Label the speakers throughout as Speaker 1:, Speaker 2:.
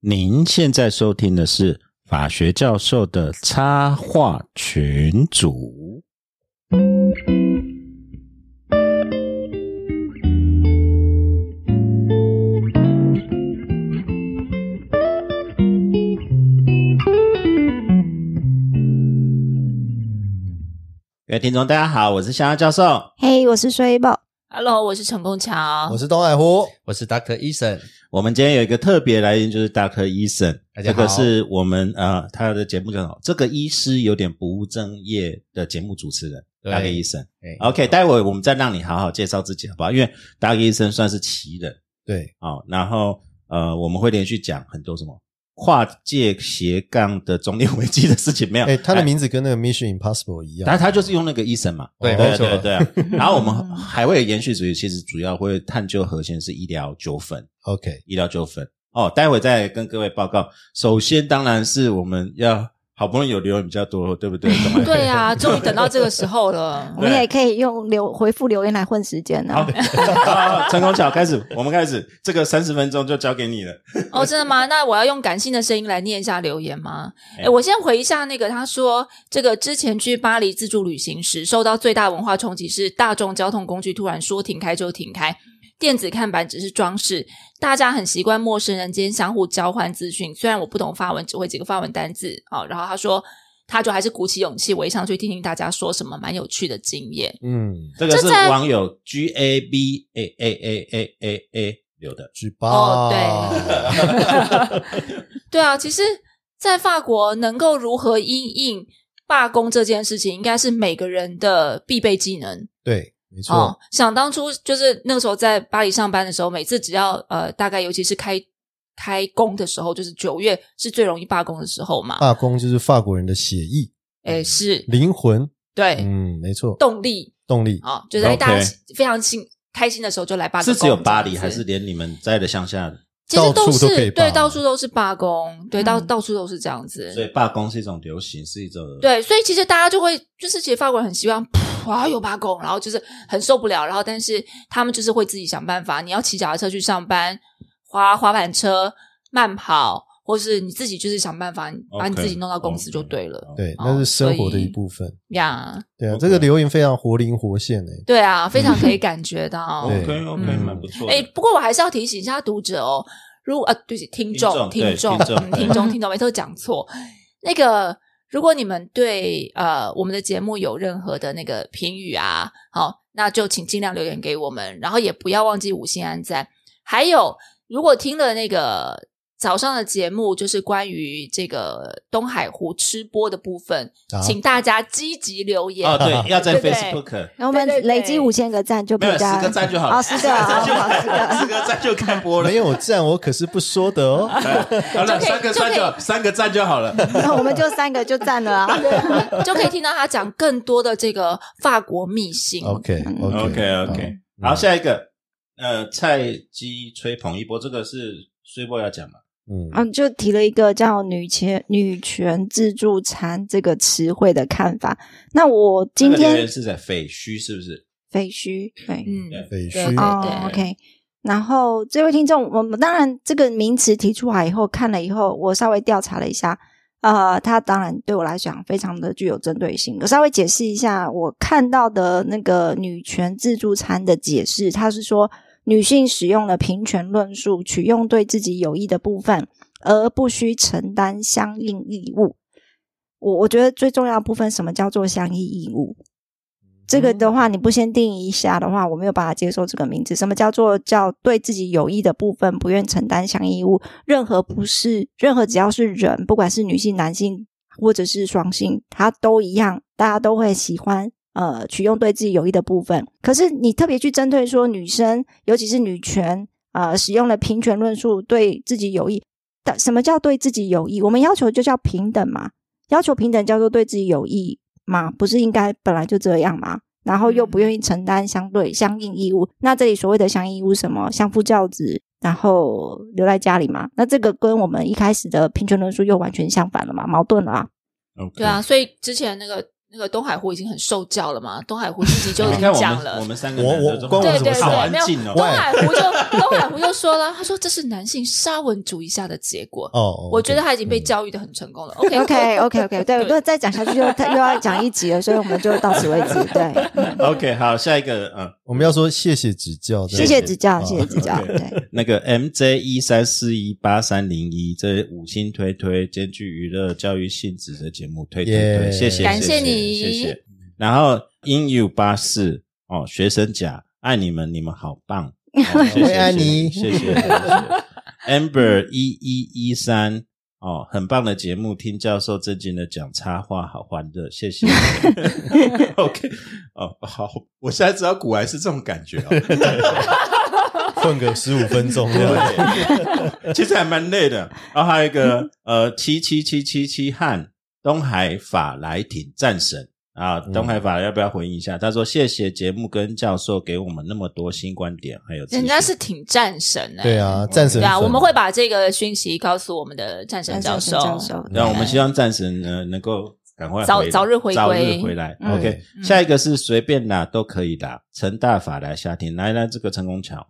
Speaker 1: 您现在收听的是法学教授的插画群组。各位听众，大家好，我是香香教授。
Speaker 2: 嘿我是水宝，
Speaker 3: Hello，我是陈功桥，
Speaker 4: 我是东海湖，我是 Doctor Eason，
Speaker 1: 我们今天有一个特别来宾，就是 Dr. 医生，
Speaker 4: 大
Speaker 1: 这
Speaker 4: 家
Speaker 1: 个
Speaker 4: 好
Speaker 1: 是我们呃他的节目叫什么？这个医师有点不务正业的节目主持人
Speaker 4: 对
Speaker 1: Dr. 医生。
Speaker 4: 哎
Speaker 1: OK，待会我们再让你好好介绍自己好不好？因为 Dr. 医生算是奇人
Speaker 4: 对，
Speaker 1: 哦，然后呃我们会连续讲很多什么跨界斜杠的中年危机的事情，没有？
Speaker 5: 哎、他的
Speaker 1: 哎
Speaker 5: 名字跟那个 Mission Impossible 一
Speaker 1: 他
Speaker 5: 样，
Speaker 1: 他就是用那个医生嘛，哦
Speaker 4: 对
Speaker 1: 对
Speaker 4: 没错
Speaker 1: 对对啊。然后我们还会有延续主义，其实主要会探究核心是医疗纠纷。
Speaker 5: OK，
Speaker 1: 医疗纠纷。哦，待会再跟各位报告。首先，当然是我们要好不容易有留言比较多，对不 对？懂吗
Speaker 3: 对啊，终于等到这个时候了
Speaker 2: 我。们也可以用留回复留言来混时间呢、
Speaker 1: 好，好好成功巧开始，我们开始，这个三十分钟就交给你了。
Speaker 3: 哦，真的吗？那我要用感性的声音来念一下留言吗？
Speaker 1: 哎
Speaker 3: 哎，我先回一下那个，他说这个之前去巴黎自助旅行时，受到最大文化冲击是大众交通工具突然说停开就停开，电子看板只是装饰，大家很习惯陌生人间相互交换资讯。虽然我不懂法文，只会几个法文单字哦。然后他说，他就还是鼓起勇气围上去听听大家说什么，蛮有趣的经验。
Speaker 5: 嗯，
Speaker 1: 这个是
Speaker 3: 这在
Speaker 1: 网友 G A B A A A A A A 留的。
Speaker 5: 举报、
Speaker 3: 哦对对啊，其实，在法国能够如何因应罢工这件事情，应该是每个人的必备技能
Speaker 5: 对没错、
Speaker 3: 哦。想当初，就是那个时候在巴黎上班的时候，每次只要呃，大概尤其是开开工的时候，就是九月是最容易罢工的时候嘛。
Speaker 5: 罢工就是法国人的血意、
Speaker 3: 诶，是
Speaker 5: 灵魂，
Speaker 3: 对、
Speaker 5: 嗯，没错，
Speaker 3: 动力
Speaker 5: 动力，
Speaker 3: 啊、哦，就是哎
Speaker 1: OK
Speaker 3: 大家非常兴开心的时候就来罢个
Speaker 1: 是
Speaker 3: 工，
Speaker 1: 只有巴黎，
Speaker 3: 这样子
Speaker 1: 还是连你们在的乡下？
Speaker 3: 其实
Speaker 5: 到
Speaker 3: 都
Speaker 5: 处都可以
Speaker 3: 是
Speaker 5: 罢
Speaker 3: 对，到处都是罢工，对，到
Speaker 2: 嗯
Speaker 3: 到处都是这样子。
Speaker 1: 所以罢工是一种流行，是一种。
Speaker 3: 对，所以其实大家就会，就是其实法国人很希望，噗啊有罢工，然后就是很受不了，然后但是他们就是会自己想办法。你要骑脚踏车去上班，滑滑板车、慢跑，或是你自己就是想办法
Speaker 1: OK，
Speaker 3: 把你自己弄到公司就对了
Speaker 1: OK，OK
Speaker 5: 对，
Speaker 3: 哦
Speaker 5: 那是生活的
Speaker 3: 所以
Speaker 5: 一部分。
Speaker 3: 呀。
Speaker 5: 对啊
Speaker 1: OK
Speaker 5: 这个留言非常活灵活现欸诶、
Speaker 3: 对啊，非常可以感 觉到。
Speaker 5: 对
Speaker 1: OK OK，
Speaker 3: 嗯
Speaker 1: 蛮不错的。
Speaker 3: 哎，不过我还是要提醒一下读者哦，如果啊，对不起，听众、
Speaker 1: 听
Speaker 3: 听
Speaker 1: 众对听
Speaker 3: 众、
Speaker 1: 众
Speaker 3: 嗯听众、听众，每次都讲错。那个，如果你们对呃我们的节目有任何的那个评语啊，好，那就请尽量留言给我们，然后也不要忘记五星按赞。还有，如果听了那个早上的节目，就是关于这个东海湖吃播的部分，
Speaker 5: 啊
Speaker 3: 请大家积极留言。
Speaker 1: 哦， 对，要在
Speaker 3: 对对
Speaker 1: Facebook，
Speaker 2: 然后我们
Speaker 3: 对对对
Speaker 2: 累积五千个赞就
Speaker 1: 没有
Speaker 2: 比
Speaker 1: 十
Speaker 2: 较
Speaker 1: 个赞就好了，
Speaker 2: 哦，十个，哦好
Speaker 1: 十
Speaker 2: 十个，
Speaker 1: 个赞就开播了
Speaker 5: 没。有赞我可是不说的 哦。
Speaker 1: 好了，
Speaker 3: 就可以
Speaker 1: 三个
Speaker 3: 就可
Speaker 1: 赞
Speaker 3: 以
Speaker 1: 就好三个赞就好了。
Speaker 2: 那哦 我们就三个就赞了啊。
Speaker 3: 就可以听到他讲更多的这个法国 秘辛。
Speaker 5: OK OK
Speaker 1: OK OK，
Speaker 5: 嗯
Speaker 1: 好，下一个，呃，菜鸡吹捧一波，这个是吹波要讲嘛？
Speaker 5: 嗯，
Speaker 3: 啊
Speaker 2: 嗯，就提了一个叫女权女权自助餐这个词汇的看法。那我今
Speaker 1: 这个留
Speaker 2: 天
Speaker 1: 言是在匪虚是不是？
Speaker 2: 废墟对，
Speaker 3: 嗯，
Speaker 5: 废
Speaker 3: 对
Speaker 5: 墟
Speaker 2: 哦
Speaker 3: 对
Speaker 2: o k 然后这位听众，我们当然这个名词提出来以后，看了以后，我稍微调查了一下，呃，它当然对我来讲非常的具有针对性。我稍微解释一下我看到的那个女权自助餐的解释，它是说女性使用了平权论述，取用对自己有益的部分，而不需承担相应义务。我我觉得最重要的部分，什么叫做相应义务？这个的话，你不先定义一下的话，我没有办法接受这个名字。什么叫做叫对自己有益的部分不愿承担相应义务？任何不是任何只要是人，不管是女性、男性或者是双性，他都一样，大家都会喜欢呃取用对自己有益的部分。可是你特别去针对说女生，尤其是女权，呃，使用了平权论述对自己有益。但什么叫对自己有益？我们要求就叫平等嘛，要求平等叫做对自己有益嘛，不是应该本来就这样吗？然后又不愿意承担相对相应义务，那这里所谓的相应义务是什么？相夫教子，然后留在家里嘛？那这个跟我们一开始的平权论述又完全相反了嘛，矛盾了啊！
Speaker 3: 对啊，，所以之前那个那个东海湖已经很受教了嘛，东海湖自己就 已
Speaker 1: 你
Speaker 3: 经
Speaker 1: 看我
Speaker 3: 讲
Speaker 1: 们
Speaker 3: 了
Speaker 1: 我。们三个
Speaker 5: 我
Speaker 1: 男的
Speaker 5: 我
Speaker 1: 都
Speaker 5: 关我
Speaker 3: 对
Speaker 5: 什
Speaker 3: 对
Speaker 5: 么事
Speaker 1: 好
Speaker 3: 对，
Speaker 1: 安
Speaker 3: 没有
Speaker 1: 静哦。
Speaker 3: 东海湖就东海湖就说了，他说这是男性沙文主义下的结果。
Speaker 5: 哦，
Speaker 3: 我觉得
Speaker 5: OK
Speaker 3: 他已经
Speaker 1: 嗯
Speaker 3: 被教育的很成功了。OK 哦
Speaker 2: OK OK OK，对，
Speaker 3: 对
Speaker 2: 如果再讲下去就他又要讲一集了，所以我们就到此为 止。对，嗯
Speaker 1: OK，好，下一个，嗯，
Speaker 5: 我们要说谢谢指教，
Speaker 2: 谢谢指教，谢谢指教。
Speaker 1: OK
Speaker 2: 对，
Speaker 1: 那个 MJ 一三四一八三零一，这五星推推兼具娱乐教育性质的节目推推推，
Speaker 5: Yeah
Speaker 1: 谢谢，
Speaker 3: 感
Speaker 1: 谢
Speaker 3: 谢你
Speaker 1: 谢谢。然后英语八四哦，学生甲，爱你们，你们好 棒，哦、谢谢
Speaker 5: 我爱你
Speaker 1: 谢谢谢谢。Amber 一一一三哦，很棒的节目，听教授正经的讲插话，好欢乐，谢 谢。OK，哦，好，我现在知道古玩是这种感觉哦。
Speaker 5: 混个十五分 钟，
Speaker 1: 对， 其实还蛮累的。然后还有一个呃，七七七七七汉东海法莱挺战神啊，东海法要不要回应一下？他说谢谢节目跟教授给我们那么多新观点，还有资讯
Speaker 3: 人家是挺战神哎、
Speaker 5: 对啊，战神
Speaker 3: 对啊，
Speaker 5: 粉
Speaker 3: 我们会把这个讯息告诉我们的战神教授。
Speaker 2: 教授，
Speaker 1: 那我们
Speaker 2: 对
Speaker 1: 希望战神呢能够赶快
Speaker 3: 早
Speaker 1: 回
Speaker 3: 早日回归
Speaker 1: 早日回来。
Speaker 2: 嗯
Speaker 1: OK，
Speaker 3: 嗯
Speaker 1: 下一个是随便打都可以打，成大法来夏天来来这个成功桥，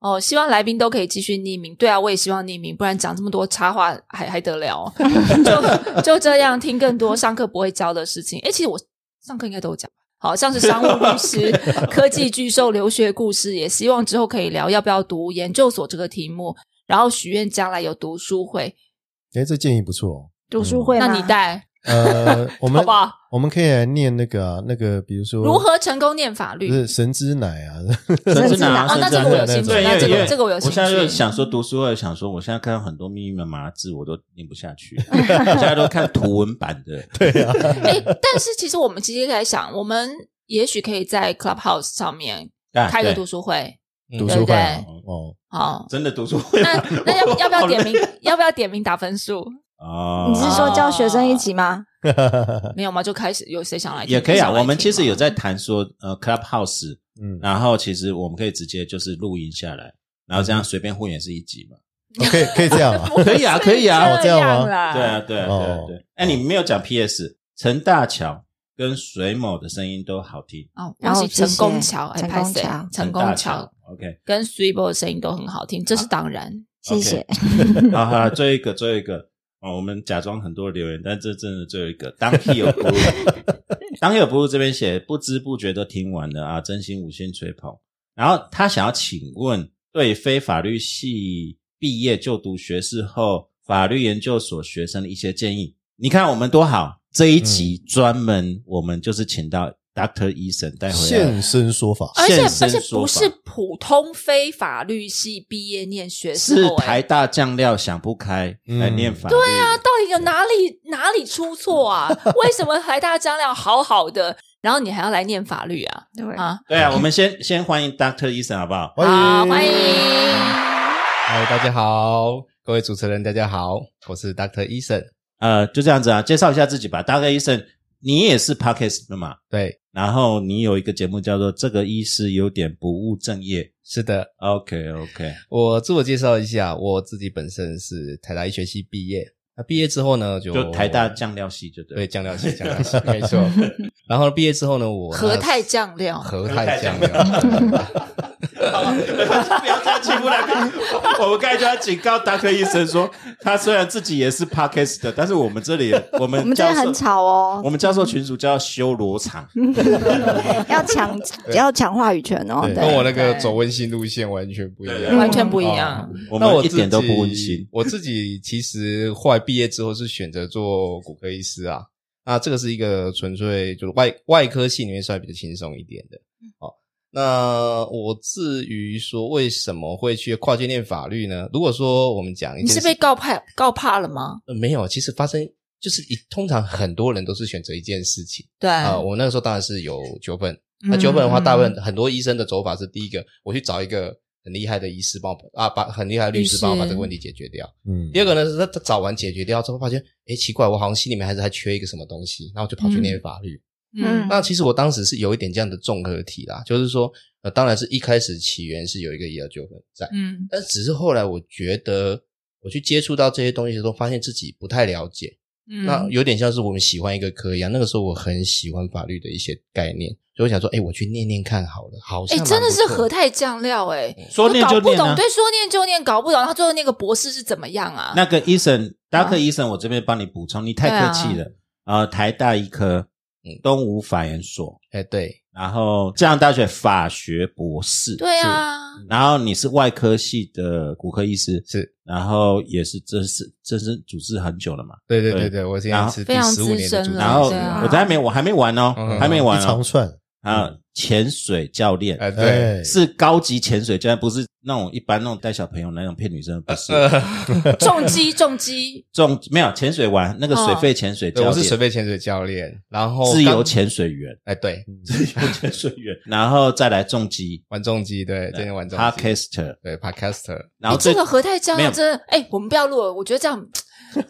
Speaker 3: 哦，希望来宾都可以继续匿名。对啊，我也希望匿名，不然讲这么多插话还还得了？哦 就就这样听更多上课不会教的事情。诶，其实我上课应该都有讲，好像是商务 律师、科技巨兽、留学故事，也希望之后可以聊要不要读研究所这个题目，然后许愿将来有读书会，
Speaker 5: 哎，这建议不错哦。
Speaker 2: 读书会，
Speaker 3: 那你。带
Speaker 5: 呃，我
Speaker 3: 好
Speaker 5: 们
Speaker 3: 不好？
Speaker 5: 我们可以来念那个啊，那个比如说
Speaker 3: 如何成功念法
Speaker 5: 不
Speaker 3: 律？
Speaker 5: 是神之奶啊，
Speaker 2: 甚
Speaker 1: 甚
Speaker 2: 至
Speaker 1: 至
Speaker 2: 拿
Speaker 1: 拿，
Speaker 3: 哦那
Speaker 1: 甚至拿
Speaker 3: 这个我有
Speaker 5: 甚
Speaker 3: 兴
Speaker 5: 至拿
Speaker 3: 趣，
Speaker 1: 对，因
Speaker 3: 那
Speaker 1: 为
Speaker 3: 这
Speaker 1: 因
Speaker 3: 个
Speaker 1: 为
Speaker 3: 这个我有兴
Speaker 1: 现在就
Speaker 3: 趣。
Speaker 1: 想说读书会，想说我现在看到很多密密麻麻的字，我都念不下 去，我现在都看图文版的。对，
Speaker 3: 哎，但是其实我们其实在想，我们也许可以在 Clubhouse 上面
Speaker 1: 啊
Speaker 3: 开个读书会。
Speaker 4: 嗯
Speaker 5: 啊读书会啊
Speaker 3: 对
Speaker 5: 哦，
Speaker 3: 好，
Speaker 1: 真的读书会。
Speaker 3: 那那要要不要点名？要不要点名打分数？
Speaker 1: 哦，
Speaker 2: 你是说教学生一起吗？
Speaker 3: 没有吗？就开始有谁想来听？
Speaker 1: 也可以
Speaker 3: 谁
Speaker 1: 啊？
Speaker 3: 想来
Speaker 1: 我们
Speaker 3: 听
Speaker 1: 其实有
Speaker 3: 吗
Speaker 1: 在谈说，呃，Clubhouse，
Speaker 5: 嗯
Speaker 1: 然后其实我们可以直接就是录音下来，然后这样随便混也是一集嘛。
Speaker 5: 哦可以可以这样 啊，
Speaker 1: 可以啊，可以啊，
Speaker 5: 哦这样吗
Speaker 3: 啦
Speaker 1: 对啊，对啊，对啊
Speaker 5: 哦
Speaker 1: 对啊。哎，你没有讲 PS，陈大乔跟水某的声音都好听。
Speaker 3: 哦，
Speaker 2: 然
Speaker 3: 然
Speaker 2: 后
Speaker 3: 后
Speaker 2: 谢
Speaker 3: 成
Speaker 2: 谢
Speaker 3: 功桥，哎
Speaker 2: 成
Speaker 3: 拍
Speaker 2: 功
Speaker 3: 谁
Speaker 2: 桥
Speaker 3: 成
Speaker 1: 陈
Speaker 3: 功
Speaker 1: 大
Speaker 3: 桥
Speaker 1: 乔，OK。
Speaker 3: 跟 s w e e b o 的声音都很好听，这是当然。
Speaker 2: 谢谢。
Speaker 1: 好好，好啊最后一个，最后一个。哦，我们假装很多留言，但这真的最后一个。当 K 有不入， 当 K 有不入这边写，不知不觉都听完了啊，真心无心吹捧。然后他想要请问，对非法律系毕业就读学士后法律研究所学生的一些建议。你看我们多好，这一
Speaker 5: 嗯
Speaker 1: 集专门我们就是请到 Doctor 医生带回来
Speaker 5: 现身说法，
Speaker 3: 而且
Speaker 1: 啊现
Speaker 3: 而
Speaker 1: 身
Speaker 3: 且
Speaker 1: 说
Speaker 3: 不
Speaker 1: 法
Speaker 3: 是普通非法律系毕业念学士
Speaker 1: 是
Speaker 3: 后，哎
Speaker 1: 台，大酱料想不开
Speaker 5: 嗯
Speaker 1: 来念法律。对啊，
Speaker 3: 到底有哪里哪里出错啊？为什么台大张亮好好的，然后你还要来念法律啊？
Speaker 2: 对
Speaker 3: 啊，
Speaker 1: 对 啊，我们先先欢迎 Doctor 医生好不好？
Speaker 5: 欢
Speaker 3: 好，
Speaker 5: 迎
Speaker 3: 欢迎。
Speaker 4: 嗨，大家好，各位主持人，大家好，我是 Doctor Eason。
Speaker 1: 呃，就这样子啊，介绍一下自己吧。大概医生，你也是 Parkes 的嘛？
Speaker 4: 对，
Speaker 1: 然后你有一个节目叫做《这个医师有点不务正业》。
Speaker 4: 是的，
Speaker 1: OK OK，
Speaker 4: 我自我介绍一下，我自己本身是台大医学系毕业。那毕业之后呢，就
Speaker 1: 就台大酱料系就对
Speaker 4: 对
Speaker 1: 了。
Speaker 4: 酱料系，酱料系，没错。 然后毕业之后呢，我
Speaker 3: 和泰酱料
Speaker 4: 和泰酱料，
Speaker 1: 不要这样欺负来宾。我们刚才就要警告 Doctor 医生说，他虽然自己也是 Parkes 的，但是我们这里 我们
Speaker 2: 我们这
Speaker 1: 教
Speaker 2: 边
Speaker 1: 授
Speaker 2: 很吵哦
Speaker 1: 我们教授群组叫修罗场。
Speaker 2: 要抢要抢话语权哦。
Speaker 5: 对
Speaker 4: 跟我
Speaker 2: 对，
Speaker 4: 那个走温馨路线完全不一
Speaker 1: 对
Speaker 4: 样，哦
Speaker 1: 对
Speaker 3: 完全不一样。
Speaker 1: 我
Speaker 4: 那
Speaker 1: 们一
Speaker 4: 自己
Speaker 1: 点都不温馨。
Speaker 4: 我自己其实后来毕业之后是选择做骨科医师啊，那这个是一个纯粹就是外外科系里面算比较轻松一点的。
Speaker 3: 嗯
Speaker 4: 哦，那我至于说为什么会去跨界念法律呢？如果说我们讲一
Speaker 3: 你
Speaker 4: 件
Speaker 3: 是
Speaker 4: 事，
Speaker 3: 被告怕告怕了吗？
Speaker 4: 呃没有，其实发生就是一通常很多人都是选择一件事情
Speaker 3: 对
Speaker 4: 啊、我那个时候当然是有纠纷，
Speaker 3: 嗯
Speaker 4: 那九本的话，大部分很多医生的走法是：第一个，我去找一个很厉害的医师帮我把啊，把很厉害的律师帮我把这个问题解决掉。
Speaker 5: 嗯
Speaker 4: 第，二个呢，是他他找完解决掉之后，发现诶奇怪，我好像心里面还是还缺一个什么东西，然后我就跑去念法律。
Speaker 2: 嗯
Speaker 4: 那其实我当时是有一点这样的综合体啦，就是说，呃，当然是一开始起源是有一个医疗纠纷在，
Speaker 3: 嗯
Speaker 4: 但只是后来我觉得我去接触到这些东西的时候，发现自己不太了解，
Speaker 3: 嗯
Speaker 4: 那有点像是我们喜欢一个科一样。那个时候我很喜欢法律的一些概念，所以我想说，哎、我去念念看好了，好
Speaker 3: 哎、
Speaker 4: 像、
Speaker 3: 真的是何。太酱料哎、
Speaker 1: 说念就
Speaker 3: 搞不
Speaker 1: 念
Speaker 3: 懂，
Speaker 1: 啊。
Speaker 3: 对，说念就念，搞不懂他最后那个博士是怎么样啊？
Speaker 1: 那个医生，达克医生，我这边帮你补充，你太客气了。呃，台大医科
Speaker 4: 嗯，
Speaker 1: 东吴法研所，
Speaker 4: 哎、对，
Speaker 1: 然后浙江大学法学博士，
Speaker 3: 对啊，
Speaker 1: 然后你是外科系的骨科医师，
Speaker 4: 是，
Speaker 1: 然后也是这是这是主治很久了嘛。
Speaker 4: 对对
Speaker 1: 对
Speaker 4: 对对，我现
Speaker 1: 然
Speaker 4: 在
Speaker 1: 后
Speaker 4: 是第
Speaker 3: 非常
Speaker 4: 十五
Speaker 3: 资
Speaker 4: 年的
Speaker 3: 深
Speaker 4: 主持
Speaker 3: 了
Speaker 4: 人，
Speaker 1: 然后
Speaker 3: 对啊
Speaker 1: 我还没我还没完哦
Speaker 4: 嗯，
Speaker 1: 还没完
Speaker 5: 一
Speaker 1: 哦
Speaker 5: 长。串，
Speaker 1: 啊，潜水教练
Speaker 4: 哎、对，
Speaker 5: 哎，
Speaker 1: 是高级潜水教练，不是那种一般那种带小朋友那种骗女生，不是。
Speaker 4: 呃
Speaker 3: 重击 重击，
Speaker 1: 重没有潜水玩那个
Speaker 3: 哦
Speaker 1: 水肺潜水教
Speaker 4: 对，
Speaker 1: 练，
Speaker 4: 我是水肺潜水教练，然后
Speaker 1: 自由
Speaker 4: 哦刚，
Speaker 1: 潜水员。
Speaker 4: 哎、对，
Speaker 1: 自由潜水员， 然后再来重击
Speaker 4: 玩重机，对，今天玩重机，
Speaker 1: ，podcaster，
Speaker 4: 对，podcaster，
Speaker 1: 然后
Speaker 3: 哎诶这
Speaker 1: 最
Speaker 3: 个何太酱
Speaker 1: 哦没
Speaker 3: 料
Speaker 1: 有
Speaker 3: 真的，哎、我们不要录了，我觉得这样。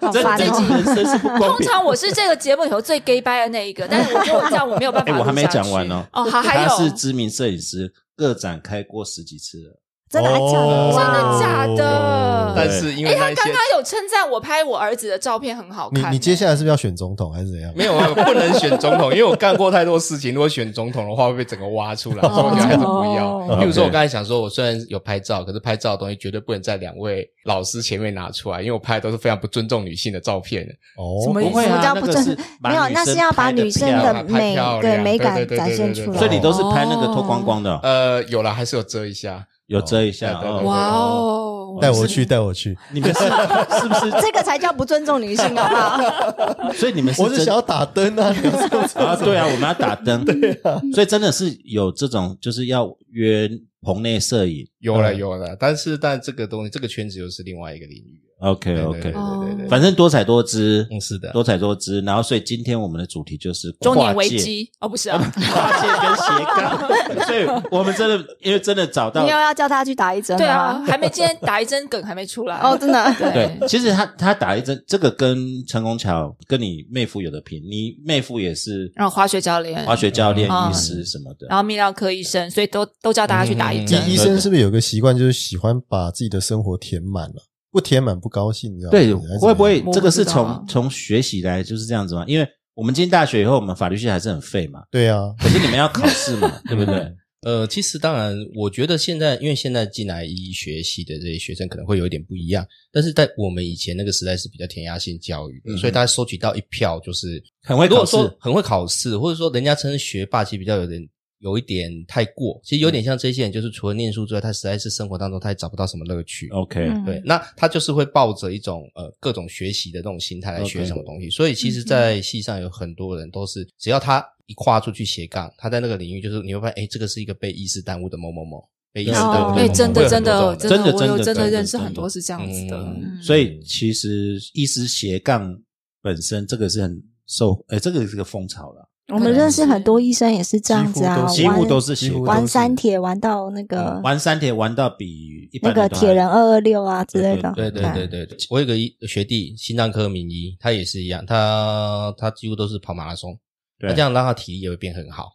Speaker 2: 好
Speaker 1: 这
Speaker 2: 烦
Speaker 1: 这集
Speaker 2: 哦。
Speaker 1: 人生是不公
Speaker 3: 通
Speaker 1: 平。
Speaker 3: 常我是这个节目里头最 gay 掰的那一个，但是我觉得我这样我没有办法
Speaker 1: 哎，
Speaker 3: 录下去。
Speaker 1: 我还没讲完哦。
Speaker 3: 哦，好，还
Speaker 1: 他
Speaker 3: 有
Speaker 1: 是知名摄影师，个展开过十几次了。
Speaker 2: 真的还假的？
Speaker 5: 哦
Speaker 3: 真的假的
Speaker 4: 但
Speaker 1: 对
Speaker 4: 是因为那一些
Speaker 3: 哎刚刚有称赞我拍我儿子的照片很好
Speaker 5: 你
Speaker 3: 看。
Speaker 5: 你接下来是不是要选总统还是怎样？
Speaker 4: 没有啊，不能选总统，因为我干过太多事情。如果选总统的话，会被整个挖出来，所以我觉得还是不
Speaker 3: 哦
Speaker 4: 要。比如说，我刚才想说，我虽然有拍照，可是拍照的东西绝对不能在两位老师前面拿出来，因为我拍的都是非常不尊重女性的照片。
Speaker 5: 哦，
Speaker 2: 什么
Speaker 1: 不会
Speaker 2: 什么
Speaker 1: 啊，
Speaker 2: 叫
Speaker 1: 那
Speaker 2: 不
Speaker 1: 个
Speaker 2: 正
Speaker 1: 是把
Speaker 2: 没有，
Speaker 1: 女
Speaker 2: 那
Speaker 1: 生
Speaker 2: 是要把
Speaker 1: 拍得
Speaker 2: 女生
Speaker 1: 漂
Speaker 2: 的
Speaker 1: 亮
Speaker 4: 拍得
Speaker 2: 美
Speaker 4: 漂亮
Speaker 2: 对美
Speaker 4: 对
Speaker 2: 感
Speaker 4: 对对
Speaker 2: 展现
Speaker 4: 对对
Speaker 2: 出
Speaker 4: 对
Speaker 3: 哦
Speaker 2: 来。
Speaker 1: 所以你都是拍那个脱光光的哦，
Speaker 4: 呃，有了，还是有遮一下。
Speaker 1: 有遮一下
Speaker 4: 对对对
Speaker 1: 哦。
Speaker 3: 哇哦，
Speaker 5: 带我去，带我去。
Speaker 1: 你 们是是不是？
Speaker 2: 这个才叫不尊重女性，好不好？
Speaker 1: 所以你们
Speaker 5: 我是
Speaker 1: 真
Speaker 5: 想要打灯啊，你要这样子
Speaker 1: 啊，对啊，我们要打灯。对啊，所以真的是有这种，就是要约棚内摄影。
Speaker 4: 有了，有了。但是，但这个东西，这个圈子又是另外一个领域。
Speaker 1: OK
Speaker 4: 对
Speaker 1: OK，
Speaker 4: 对对对
Speaker 1: 反正多彩多姿，
Speaker 4: 嗯是的
Speaker 1: 多彩多姿。然后，所以今天我们的主题就是
Speaker 3: 中
Speaker 1: 跨
Speaker 3: 年
Speaker 1: 界
Speaker 3: 危机哦，不是啊，
Speaker 1: 跨界跟斜杠。所以我们真的，因为真的找到
Speaker 2: 你又要叫他去打一针了
Speaker 3: 对啊
Speaker 2: 吗，，
Speaker 3: 还没今天打一针梗还没出来
Speaker 2: 哦，真的。
Speaker 1: 对，其实他他打一针，这个跟陈功桥跟你妹夫有的拼，你妹夫也是
Speaker 3: 然后滑雪教练，
Speaker 1: 滑雪教练、
Speaker 3: 嗯
Speaker 1: 医师什么的
Speaker 3: 然。后泌尿科医生，所以都都叫大家去打一针。
Speaker 5: 嗯医医生是不是有个习惯，就是喜欢把自己的生活填满了、不填满不高兴，你知道吗？
Speaker 1: 对，
Speaker 5: 还是怎么样
Speaker 1: 会不会
Speaker 3: 我
Speaker 1: 这个
Speaker 3: 不知
Speaker 1: 是
Speaker 3: 道啊
Speaker 1: 从从学习来就是这样子吗？因为我们进大学以后，我们法律系还是很废嘛，
Speaker 5: 对啊，
Speaker 1: 可是你们要考试 嘛，对不对
Speaker 4: 嗯？呃，其实当然，我觉得现在因为现在进来医学系的这些学生可能会有一点不一样，但是在我们以前那个时代是比较填鸭性教育的，
Speaker 1: 嗯
Speaker 4: 所以大家收集到一票就是
Speaker 1: 很会
Speaker 4: 如
Speaker 1: 考
Speaker 4: 果
Speaker 1: 试
Speaker 4: 说很会考试，或者说人家称学霸，其实比较有点有一点太过，其实
Speaker 1: 嗯
Speaker 4: 有点像这些人，就是除了念书之外，他实在是生活当中他也找不到什么乐趣。
Speaker 1: ，OK，
Speaker 2: 嗯
Speaker 4: 对，，那他就是会抱着一种呃各种学习的这种心态来学
Speaker 1: OK
Speaker 4: 什么东西。所以其
Speaker 3: 嗯
Speaker 4: 实，在戏上有很多人都是，只要他一跨出去斜杠，他在那个领域就是你会发现，哎，这个是一个被意识耽误的某某某，被意识耽误的某
Speaker 3: 哦
Speaker 4: 某某。
Speaker 3: 哎，真的
Speaker 4: 会有很
Speaker 3: 真
Speaker 4: 多
Speaker 3: 的
Speaker 4: 这种
Speaker 1: 真的
Speaker 3: 我有
Speaker 1: 真的
Speaker 3: 真
Speaker 1: 真的
Speaker 3: 认识
Speaker 1: 真的
Speaker 3: 很多是这样子的。
Speaker 4: 嗯
Speaker 3: 嗯
Speaker 1: 所以其实医师斜杠本身这个是很受，哎，这个是个风潮了，
Speaker 2: 我们认识很多医生也是这样子啊，
Speaker 1: 几乎都
Speaker 2: 玩
Speaker 1: 是斜
Speaker 5: 几乎
Speaker 1: 杠呃
Speaker 5: 都
Speaker 2: 玩
Speaker 5: 是
Speaker 2: 山铁玩到那 个
Speaker 1: 嗯玩三铁玩到比一
Speaker 2: 那
Speaker 1: 般
Speaker 2: 个
Speaker 1: 都还
Speaker 2: 铁人二二六啊之类的。
Speaker 4: 对对对对对，我有个医学弟，心脏科名医，他也是一样，他他几乎都是跑马拉松，那
Speaker 1: 对
Speaker 4: 这样让他体力也会变很好。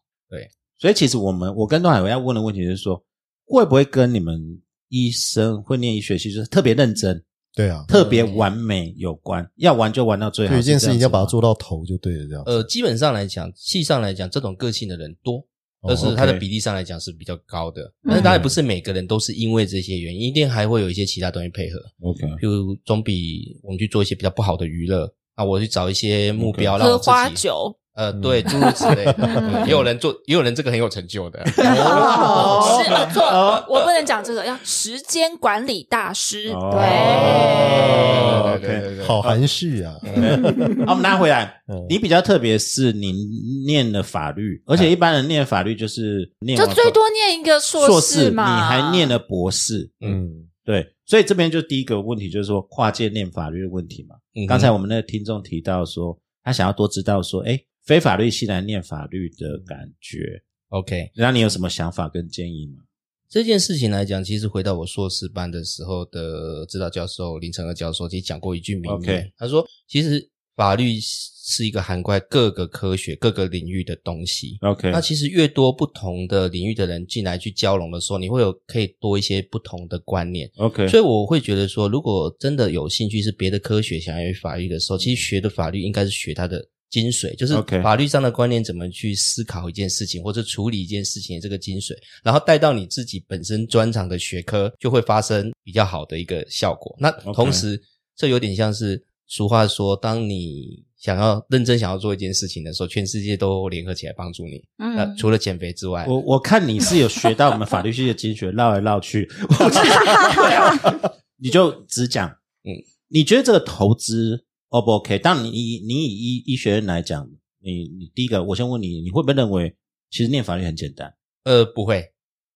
Speaker 1: 所以其实我们，我跟段海文要问的问题是说，会不会跟你们医生会念医学系就是特别认真、
Speaker 5: 对啊，
Speaker 1: 特别完美有关？要玩就玩到最好，
Speaker 5: 有一件事
Speaker 1: 啊是这样
Speaker 5: 情
Speaker 1: 子吗
Speaker 5: 要把它做到头就对了，这样。
Speaker 4: 呃，基本上来讲，系上来讲，这种个性的人多，
Speaker 5: 哦
Speaker 4: 但是它的
Speaker 1: OK
Speaker 4: 比例上来讲是比较高的。
Speaker 2: 嗯
Speaker 4: 但是当然不是每个人都是因为这些原因，一定还会有一些其他东西配合，
Speaker 1: OK，
Speaker 4: 譬如总比我们去做一些比较不好的娱乐。那我去找一些目标，让我
Speaker 3: 喝
Speaker 4: 自己
Speaker 3: 花，酒，
Speaker 4: 呃，
Speaker 1: 嗯
Speaker 4: 对，诸如此 类的。
Speaker 3: 嗯
Speaker 4: 对也有人做，也有人这个很有成就的。
Speaker 1: 哦
Speaker 3: 是呃错，我不能讲这个，要时间管理大师。
Speaker 1: 哦哦
Speaker 4: 对对对对
Speaker 3: 对，
Speaker 4: 呃对
Speaker 5: 好含蓄啊，
Speaker 1: 好，我们拿回来
Speaker 5: 嗯。
Speaker 1: 你比较特别是你念了法律，而且一般人念法律就是念完
Speaker 3: 就最多念一个硕士
Speaker 1: 硕士
Speaker 3: 嘛
Speaker 1: 你还念了博士，
Speaker 5: 嗯，
Speaker 1: 对。所以这边就第一个问题就是说跨界念法律的问题嘛。
Speaker 4: 嗯哼
Speaker 1: 刚才我们那个听众提到说，他想要多知道说，哎，非法律系来念法律的感觉，
Speaker 4: OK，
Speaker 1: 那你有什么想法跟建议吗？
Speaker 4: 这件事情来讲，其实回到我硕士班的时候的指导教授林承和教授，其实讲过一句名言
Speaker 1: OK
Speaker 4: 他说：“其实法律是一个涵盖各个科学、各个领域的东西。
Speaker 1: OK，
Speaker 4: 那其实越多不同的领域的人进来去交融的时候，你会有可以多一些不同的观念。
Speaker 1: OK，
Speaker 4: 所以我会觉得说，如果真的有兴趣是别的科学想要学法律的时候，其实学的法律应该是学它的精髓，就是
Speaker 1: 嗯 OK
Speaker 4: 法律上的观念怎么去思考一件事情或者处理一件事情的这个精髓，然后带到你自己本身专长的学科，就会发生比较好的一个效果。那
Speaker 1: OK
Speaker 4: 同时这有点像是俗话说，当你想要认真想要做一件事情的时候，全世界都联合起来帮助你。那、
Speaker 2: 嗯，
Speaker 4: 除了减肥之外，
Speaker 1: 我我看你是有学到我们法律系的精髓， 绕来绕去，我就你就只讲，嗯
Speaker 4: 嗯，
Speaker 1: 你觉得这个投资 O 不 OK？当你以你以医医学院来讲，你你第一个，我先问你，你会不会认为其实念法律很简单？
Speaker 4: 呃不会，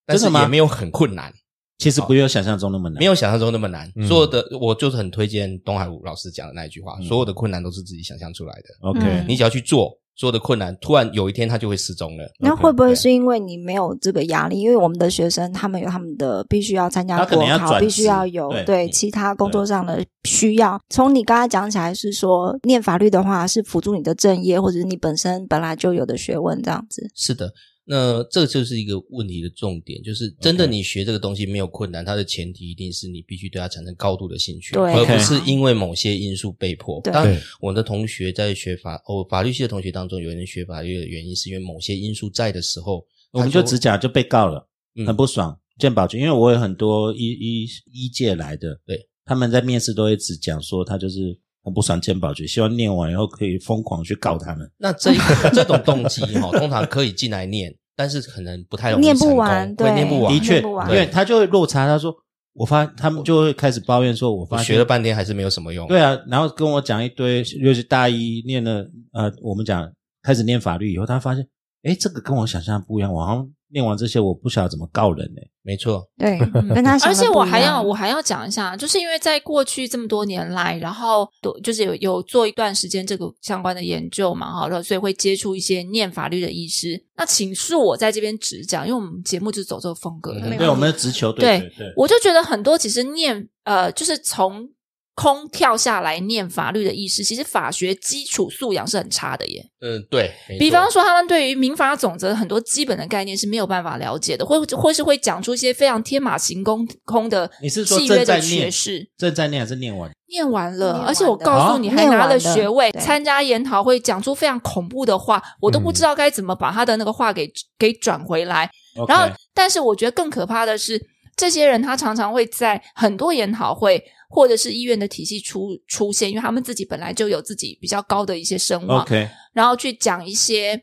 Speaker 4: 但
Speaker 1: 真
Speaker 4: 是
Speaker 1: 的吗
Speaker 4: 也没有很困难。
Speaker 1: 其实不有想象中那么难。
Speaker 4: 没有想象中那么难。
Speaker 5: 嗯
Speaker 4: 所有的我就是很推荐东海武老师讲的那一句话：
Speaker 1: 嗯
Speaker 4: 所有的困难都是自己想象出来的，
Speaker 1: OK，、
Speaker 2: 嗯
Speaker 4: 你只要去做，所有的困难突然有一天它就会失踪了。
Speaker 2: 那
Speaker 1: 嗯
Speaker 2: 会不会
Speaker 4: 对
Speaker 2: 是因为你没有这个压力？因为我们的学生他们有他们的必须要参加
Speaker 1: 他可
Speaker 2: 国
Speaker 1: 能要
Speaker 2: 考，
Speaker 1: 转
Speaker 2: 必须
Speaker 1: 职
Speaker 2: 要有
Speaker 1: 对
Speaker 2: 对
Speaker 1: 嗯
Speaker 2: 其他工作上的需要。从你刚才讲起来是说，念法律的话是辅助你的正业，或者是你本身本来就有的学问这样子。
Speaker 4: 是的，那这就是一个问题的重点，就是真的你学这个东西没有困难，它的前提一定是你必须对它产生高度的兴趣，
Speaker 2: 对
Speaker 4: 而不
Speaker 1: OK
Speaker 4: 是因为某些因素被迫。
Speaker 2: 对
Speaker 4: 当
Speaker 5: 对
Speaker 4: 我的同学在学法哦法律系的同学当中，有人学法律的原因是因为某些因素在的时候，
Speaker 1: 我们就只讲就被告了，
Speaker 4: 嗯
Speaker 1: 很不爽。鉴宝局，因为我有很多医医医界来的，
Speaker 4: 对，
Speaker 1: 他们在面试都会只讲说他就是很不爽鉴宝局，希望念完以后可以疯狂去告他们。
Speaker 4: 那 这这种动机哈、通常可以进来念，但是可能不太容易
Speaker 2: 念不
Speaker 4: 成功
Speaker 2: 完
Speaker 4: 会
Speaker 2: 对
Speaker 4: 念不
Speaker 2: 哇
Speaker 1: 的
Speaker 4: 完。
Speaker 1: 确，
Speaker 2: 念不完
Speaker 1: 因为他就会落差。他说，我发他们就会开始抱怨说，我
Speaker 4: 我
Speaker 1: 发现
Speaker 4: 学了半天还是没有什么用。
Speaker 1: 对啊，然后跟我讲一堆，尤其大一念了呃，我们讲开始念法律以后，他发现，哎，这个跟我想象不一样，我好像念完这些，我不晓得怎么告人呢、
Speaker 4: 没错，
Speaker 2: 对，
Speaker 3: 嗯
Speaker 2: 跟他想
Speaker 3: 而
Speaker 2: 的
Speaker 3: 且我
Speaker 2: 不一
Speaker 3: 还
Speaker 2: 样
Speaker 3: 要我还要讲一下，就是因为在过去这么多年来，然后都就是有有做一段时间这个相关的研究嘛，哈，然后所以会接触一些念法律的医师。那请恕我在这边只讲，因为我们节目就是走这个风格的
Speaker 4: 嗯。
Speaker 1: 对，我们的直球对
Speaker 3: 对
Speaker 1: 对，
Speaker 3: 我就觉得很多其实念呃，就是从空跳下来念法律的医师，其实法学基础素养是很差的耶。
Speaker 4: 嗯，对。没错
Speaker 3: 比方，说，他们对于民法总则很多基本的概念是没有办法了解的，或或是会讲出一些非常天马行空空的
Speaker 1: 你是说
Speaker 3: 契
Speaker 1: 正
Speaker 3: 约
Speaker 1: 在
Speaker 3: 的学
Speaker 1: 念
Speaker 3: 识。，
Speaker 1: 正在念还是念完？
Speaker 3: 念完了，
Speaker 2: 念完了
Speaker 3: 而且我告诉你，
Speaker 2: 啊
Speaker 3: 还拿了
Speaker 2: 念完了
Speaker 3: 学位，
Speaker 2: 对
Speaker 3: 参加研讨会，讲出非常恐怖的话，我都不
Speaker 5: 嗯
Speaker 3: 知道该怎么把他的那个话给给转回来。
Speaker 1: OK
Speaker 3: 然后，但是我觉得更可怕的是，这些人他常常会在很多研讨会或者是医院的体系出出现，因为他们自己本来就有自己比较高的一些声望
Speaker 1: OK，
Speaker 3: 然后去讲一些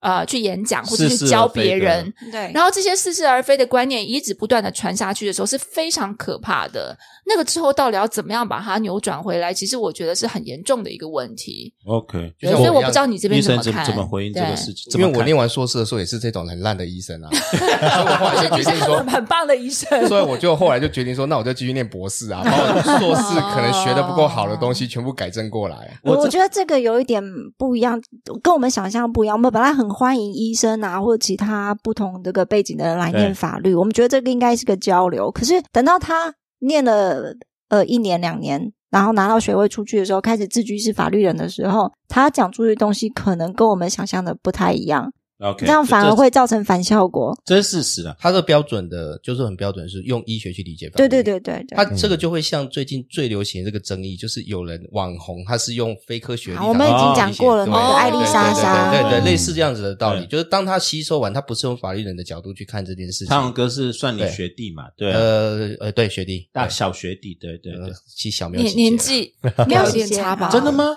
Speaker 3: 呃去演讲或者
Speaker 1: 似
Speaker 3: 去
Speaker 1: 是
Speaker 3: 教
Speaker 1: 而非
Speaker 3: 别
Speaker 1: 的
Speaker 3: 人。
Speaker 2: 对
Speaker 3: 然后这些似是而非的观念一直不断的传下去的时候，是非常可怕的。那个之后到底要怎么样把它扭转回来？其实我觉得是很严重的一个问题。
Speaker 1: OK，
Speaker 4: 就
Speaker 3: 对
Speaker 4: 像
Speaker 3: 所以
Speaker 4: 我
Speaker 3: 我
Speaker 4: 一
Speaker 3: 不
Speaker 4: 样
Speaker 3: 知道你这边
Speaker 1: 医
Speaker 3: 怎
Speaker 1: 生
Speaker 3: 么
Speaker 1: 怎
Speaker 3: 看，
Speaker 1: 怎么回应这个事情？
Speaker 4: 因为我念
Speaker 1: 完
Speaker 4: 完硕士的时候也是这种很烂的医生啊，所以我后来
Speaker 3: 对？
Speaker 4: 就
Speaker 3: 而且你
Speaker 4: 决
Speaker 3: 是
Speaker 4: 定说
Speaker 3: 很，很棒的医 生，
Speaker 4: 所以我就后来就决定说，那我就继续念博士啊，把我硕士
Speaker 1: 哦
Speaker 4: 可能学的不够好的东西全部改正过来。啊
Speaker 2: 我我觉得这个有一点不一样，跟我们想象不一样。我们本来很欢迎医生啊，或者其他不同这个背景的人来
Speaker 1: 对
Speaker 2: 念法律，我们觉得这个应该是个交流。可是等到他念了呃一年两年，然后拿到学位出去的时候，开始自居是法律人的时候，他讲出去的东西可能跟我们想象的不太一样，
Speaker 1: OK，
Speaker 2: 这样反而
Speaker 1: 这
Speaker 2: 会造成反效果。
Speaker 1: 这是事实啊。
Speaker 4: 他的标准的，就是很标准，是用医学去理解法律。
Speaker 2: 对对对对对
Speaker 4: 他。这个就会像最近最流行的这个争议，就是有人网红他是用非科学的立
Speaker 2: 好啊我
Speaker 4: 场，
Speaker 2: 们
Speaker 1: 已经讲
Speaker 2: 过了
Speaker 4: 对
Speaker 2: 嘛
Speaker 4: 对对
Speaker 3: 艾丽莎莎
Speaker 4: 对对
Speaker 1: 嗯
Speaker 4: 对，对类似这样子的道理，
Speaker 1: 对
Speaker 4: 就是当他吸收完，他不是用法律人的角度去看这件事
Speaker 1: 苍龙
Speaker 4: 情。
Speaker 1: 哥是算你
Speaker 4: 对
Speaker 1: 学弟嘛？对啊，
Speaker 4: 呃呃，对，学弟，
Speaker 1: 大
Speaker 4: 对
Speaker 1: 小学弟，对对
Speaker 4: 呃
Speaker 1: 对。
Speaker 4: 其实小没有
Speaker 3: 年
Speaker 4: 几届啊
Speaker 2: 没
Speaker 3: 年，纪没
Speaker 2: 有
Speaker 3: 有
Speaker 2: 几
Speaker 3: 点
Speaker 2: 届
Speaker 3: 差 吧？
Speaker 1: 真的吗？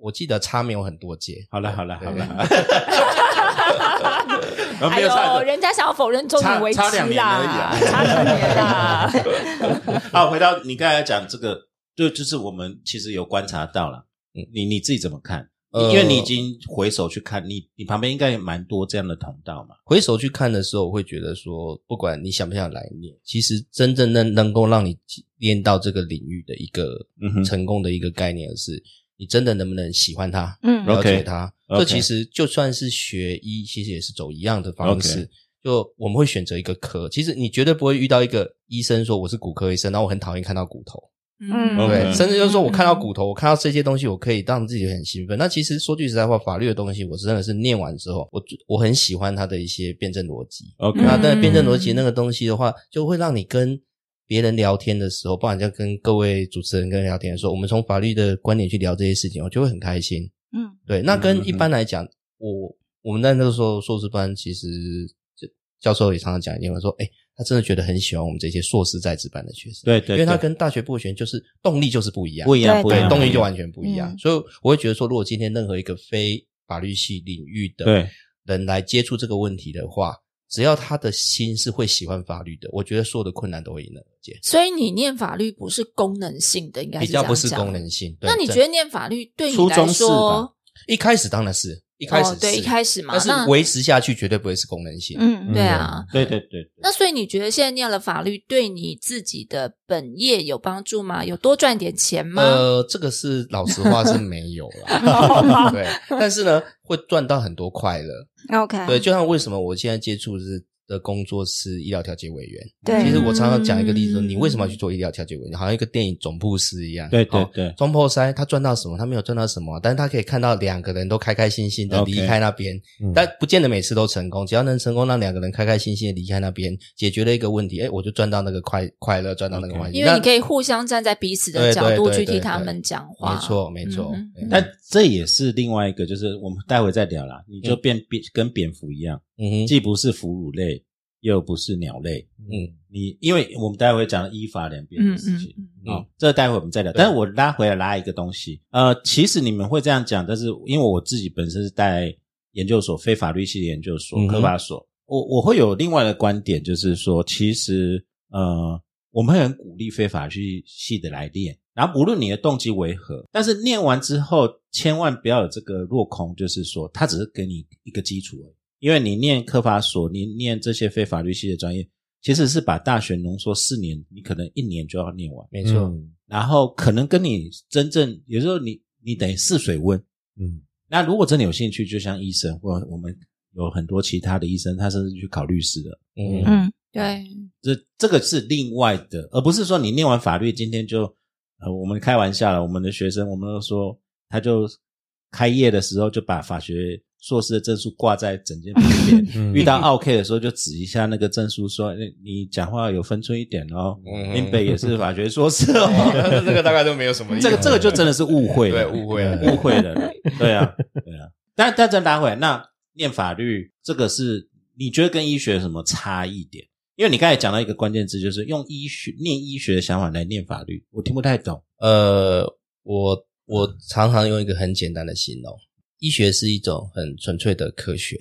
Speaker 4: 我记得差没有很多届。
Speaker 1: 好了好了好了，
Speaker 4: 啊
Speaker 1: 然后
Speaker 3: 哎
Speaker 1: 没有差
Speaker 3: 呦，
Speaker 1: 的
Speaker 3: 人家想要否认，终
Speaker 1: 差
Speaker 3: 于为之
Speaker 1: 差两年而已
Speaker 3: 啦
Speaker 1: 啊，
Speaker 3: 差两 年啦。
Speaker 1: 啊，回到你刚才讲这个，就就是我们其实有观察到了，
Speaker 4: 嗯
Speaker 1: 你你自己怎么看？
Speaker 4: 呃
Speaker 1: 因为你已经回首去看，你你旁边应该也蛮多这样的同道嘛。
Speaker 4: 回首去看的时候，我会觉得说，不管你想不想来念，其实真正能能够让你练到这个领域的一个
Speaker 1: 嗯哼
Speaker 4: 成功的一个概念是，你真的能不能喜欢它，
Speaker 2: 嗯
Speaker 4: 了
Speaker 1: OK
Speaker 4: 解它。
Speaker 1: OK
Speaker 4: 这其实就算是学医，其实也是走一样的方式
Speaker 1: OK。
Speaker 4: 就我们会选择一个科，其实你绝对不会遇到一个医生说我是骨科医生，然后我很讨厌看到骨头。
Speaker 2: 嗯
Speaker 1: 嗯
Speaker 4: 对，
Speaker 1: OK
Speaker 4: 甚至就是说我看到骨头，我看到这些东西，我可以让自己很兴奋。那其实说句实在话，法律的东西，我真的是念完之后，我我很喜欢它的一些辩证逻辑。
Speaker 1: OK，
Speaker 4: 那
Speaker 3: 嗯
Speaker 4: 但辩证逻辑那个东西的话，就会让你跟别人聊天的时候，不然就跟各位主持人跟人聊天的时候，我们从法律的观点去聊这些事情，我就会很开心。
Speaker 2: 嗯，
Speaker 4: 对，那
Speaker 1: 嗯
Speaker 4: 跟一般来讲，我我们在那个时候硕士班，其实就教授也常常讲一句话说，哎、他真的觉得很喜欢我们这些硕士在职班的学生。
Speaker 1: 对对，
Speaker 4: 因为他
Speaker 1: 对
Speaker 4: 跟大学部的学生就是动力就是不一样，
Speaker 1: 不一样，
Speaker 2: 对
Speaker 1: 不一
Speaker 4: 对，
Speaker 1: 样，
Speaker 4: 动力就
Speaker 1: 完
Speaker 4: 完全不一样。
Speaker 2: 嗯
Speaker 4: 所以我会觉得说，如果今天任何一个非法律系领域的
Speaker 1: 对
Speaker 4: 人来接触这个问题的话，只要他的心是会喜欢法律的，我觉得所有的困难都会迎刃而解，
Speaker 3: 所以你念法律不是功能性的，应该
Speaker 4: 比
Speaker 3: 这
Speaker 4: 较
Speaker 3: 样
Speaker 4: 不是
Speaker 3: 讲啊
Speaker 4: 功。能性。对
Speaker 3: 那你
Speaker 4: 这
Speaker 3: 觉得念法律对你
Speaker 1: 初
Speaker 3: 来
Speaker 1: 中是吧
Speaker 3: 说，
Speaker 4: 一开始当然是一开始
Speaker 3: 哦、对
Speaker 4: 是
Speaker 3: 一开始嘛，
Speaker 4: 但是
Speaker 3: 那
Speaker 4: 维持下去绝对不会是功能性。
Speaker 2: 嗯
Speaker 3: 对啊，
Speaker 1: 对对对对。
Speaker 3: 那所以你觉得现在念了法律对你自己的本业有帮助吗？有多赚点钱吗？
Speaker 4: 呃，这个是老实话是没有啦，
Speaker 2: 哦
Speaker 4: 对，但是呢，会赚到很多快乐。
Speaker 2: ，OK，
Speaker 4: 对，就像为什么我现在接触的是的工作是医疗调解委员，
Speaker 2: 对
Speaker 4: 其实我常常讲一个例子，说你
Speaker 3: 嗯
Speaker 4: 为什么要去做医疗调解委员？好像一个电影总部师一样。
Speaker 1: 对对
Speaker 4: 哦
Speaker 1: 对
Speaker 4: 中破塞他赚到什么？他没有赚到什么，但是他可以看到两个人都开开心心的
Speaker 1: OK
Speaker 4: 离开那边
Speaker 5: 嗯
Speaker 4: 但不见得每次都成功。只要能成功让两个人开开心心的离开那边，解决了一个问题，哎，我就赚到那个快快乐，赚到那个
Speaker 1: OK
Speaker 4: 欢喜。
Speaker 3: 因为
Speaker 4: 那
Speaker 3: 你可以互相站在彼此的
Speaker 4: 对
Speaker 3: 角度
Speaker 4: 对
Speaker 3: 去
Speaker 4: 对
Speaker 3: 替他
Speaker 4: 对
Speaker 3: 们讲话，
Speaker 4: 没错，没错
Speaker 3: 嗯。
Speaker 4: 对
Speaker 1: 但这也是另外一个，就是我们待会再聊啦。你就变变跟蝙蝠一样，
Speaker 4: 嗯哼，
Speaker 1: 既不是哺乳类，又不是鸟类。
Speaker 4: 嗯，
Speaker 1: 你因为我们待会讲依法两边的
Speaker 3: 嗯
Speaker 1: 事
Speaker 3: 嗯
Speaker 1: 情，
Speaker 3: 嗯，
Speaker 1: 哦，这待会我们再聊。
Speaker 4: 对
Speaker 1: 但是我拉回来拉一个东西，呃，其实你们会这样讲，但是因为我自己本身是在研究所，非法律系的研究所
Speaker 4: 嗯，哼
Speaker 1: 科法所，我我会有另外的观点，就是说，其实呃，我们会很鼓励非法律系的来练，然后无论你的动机为何，但是念完之后，千万不要有这个落空，就是说，它只是给你一个基础而已。因为你念科法所，你念这些非法律系的专业，其实是把大学浓缩四年，你可能一年就要念完。
Speaker 4: 没
Speaker 5: 没
Speaker 4: 错。
Speaker 1: 然后可能跟你真正有时候你你等于试水温。
Speaker 5: 嗯，
Speaker 1: 那如果真的有兴趣，就像医生或我们有很多其他的医生，他甚至去考律师的，
Speaker 4: 嗯哼，
Speaker 2: 嗯
Speaker 3: 对，
Speaker 1: 这这个是另外的，而不是说你念完法律今天就呃，我们开玩笑了，我们的学生我们都说他就开业的时候就把法学硕士的证书挂在整间房间。
Speaker 5: 嗯
Speaker 1: 遇到 OK 的时候，就指一下那个证书，说：“哎你讲话有分寸一点哦。”
Speaker 4: 嗯
Speaker 1: 林北也是法学硕士哦，
Speaker 4: 这个大概都没有什么 意义。
Speaker 1: 这个这个就真的是误会了，
Speaker 4: 对误会了
Speaker 1: 误会 了，对啊，对啊。但但再拉回来，那念法律这个是你觉得跟医学有什么差异点？因为你刚才讲到一个关键字，就是用医学念医学的想法来念法律，我听不太懂。
Speaker 4: 呃，我我常常用一个很简单的形容，医学是一种很纯粹的科学，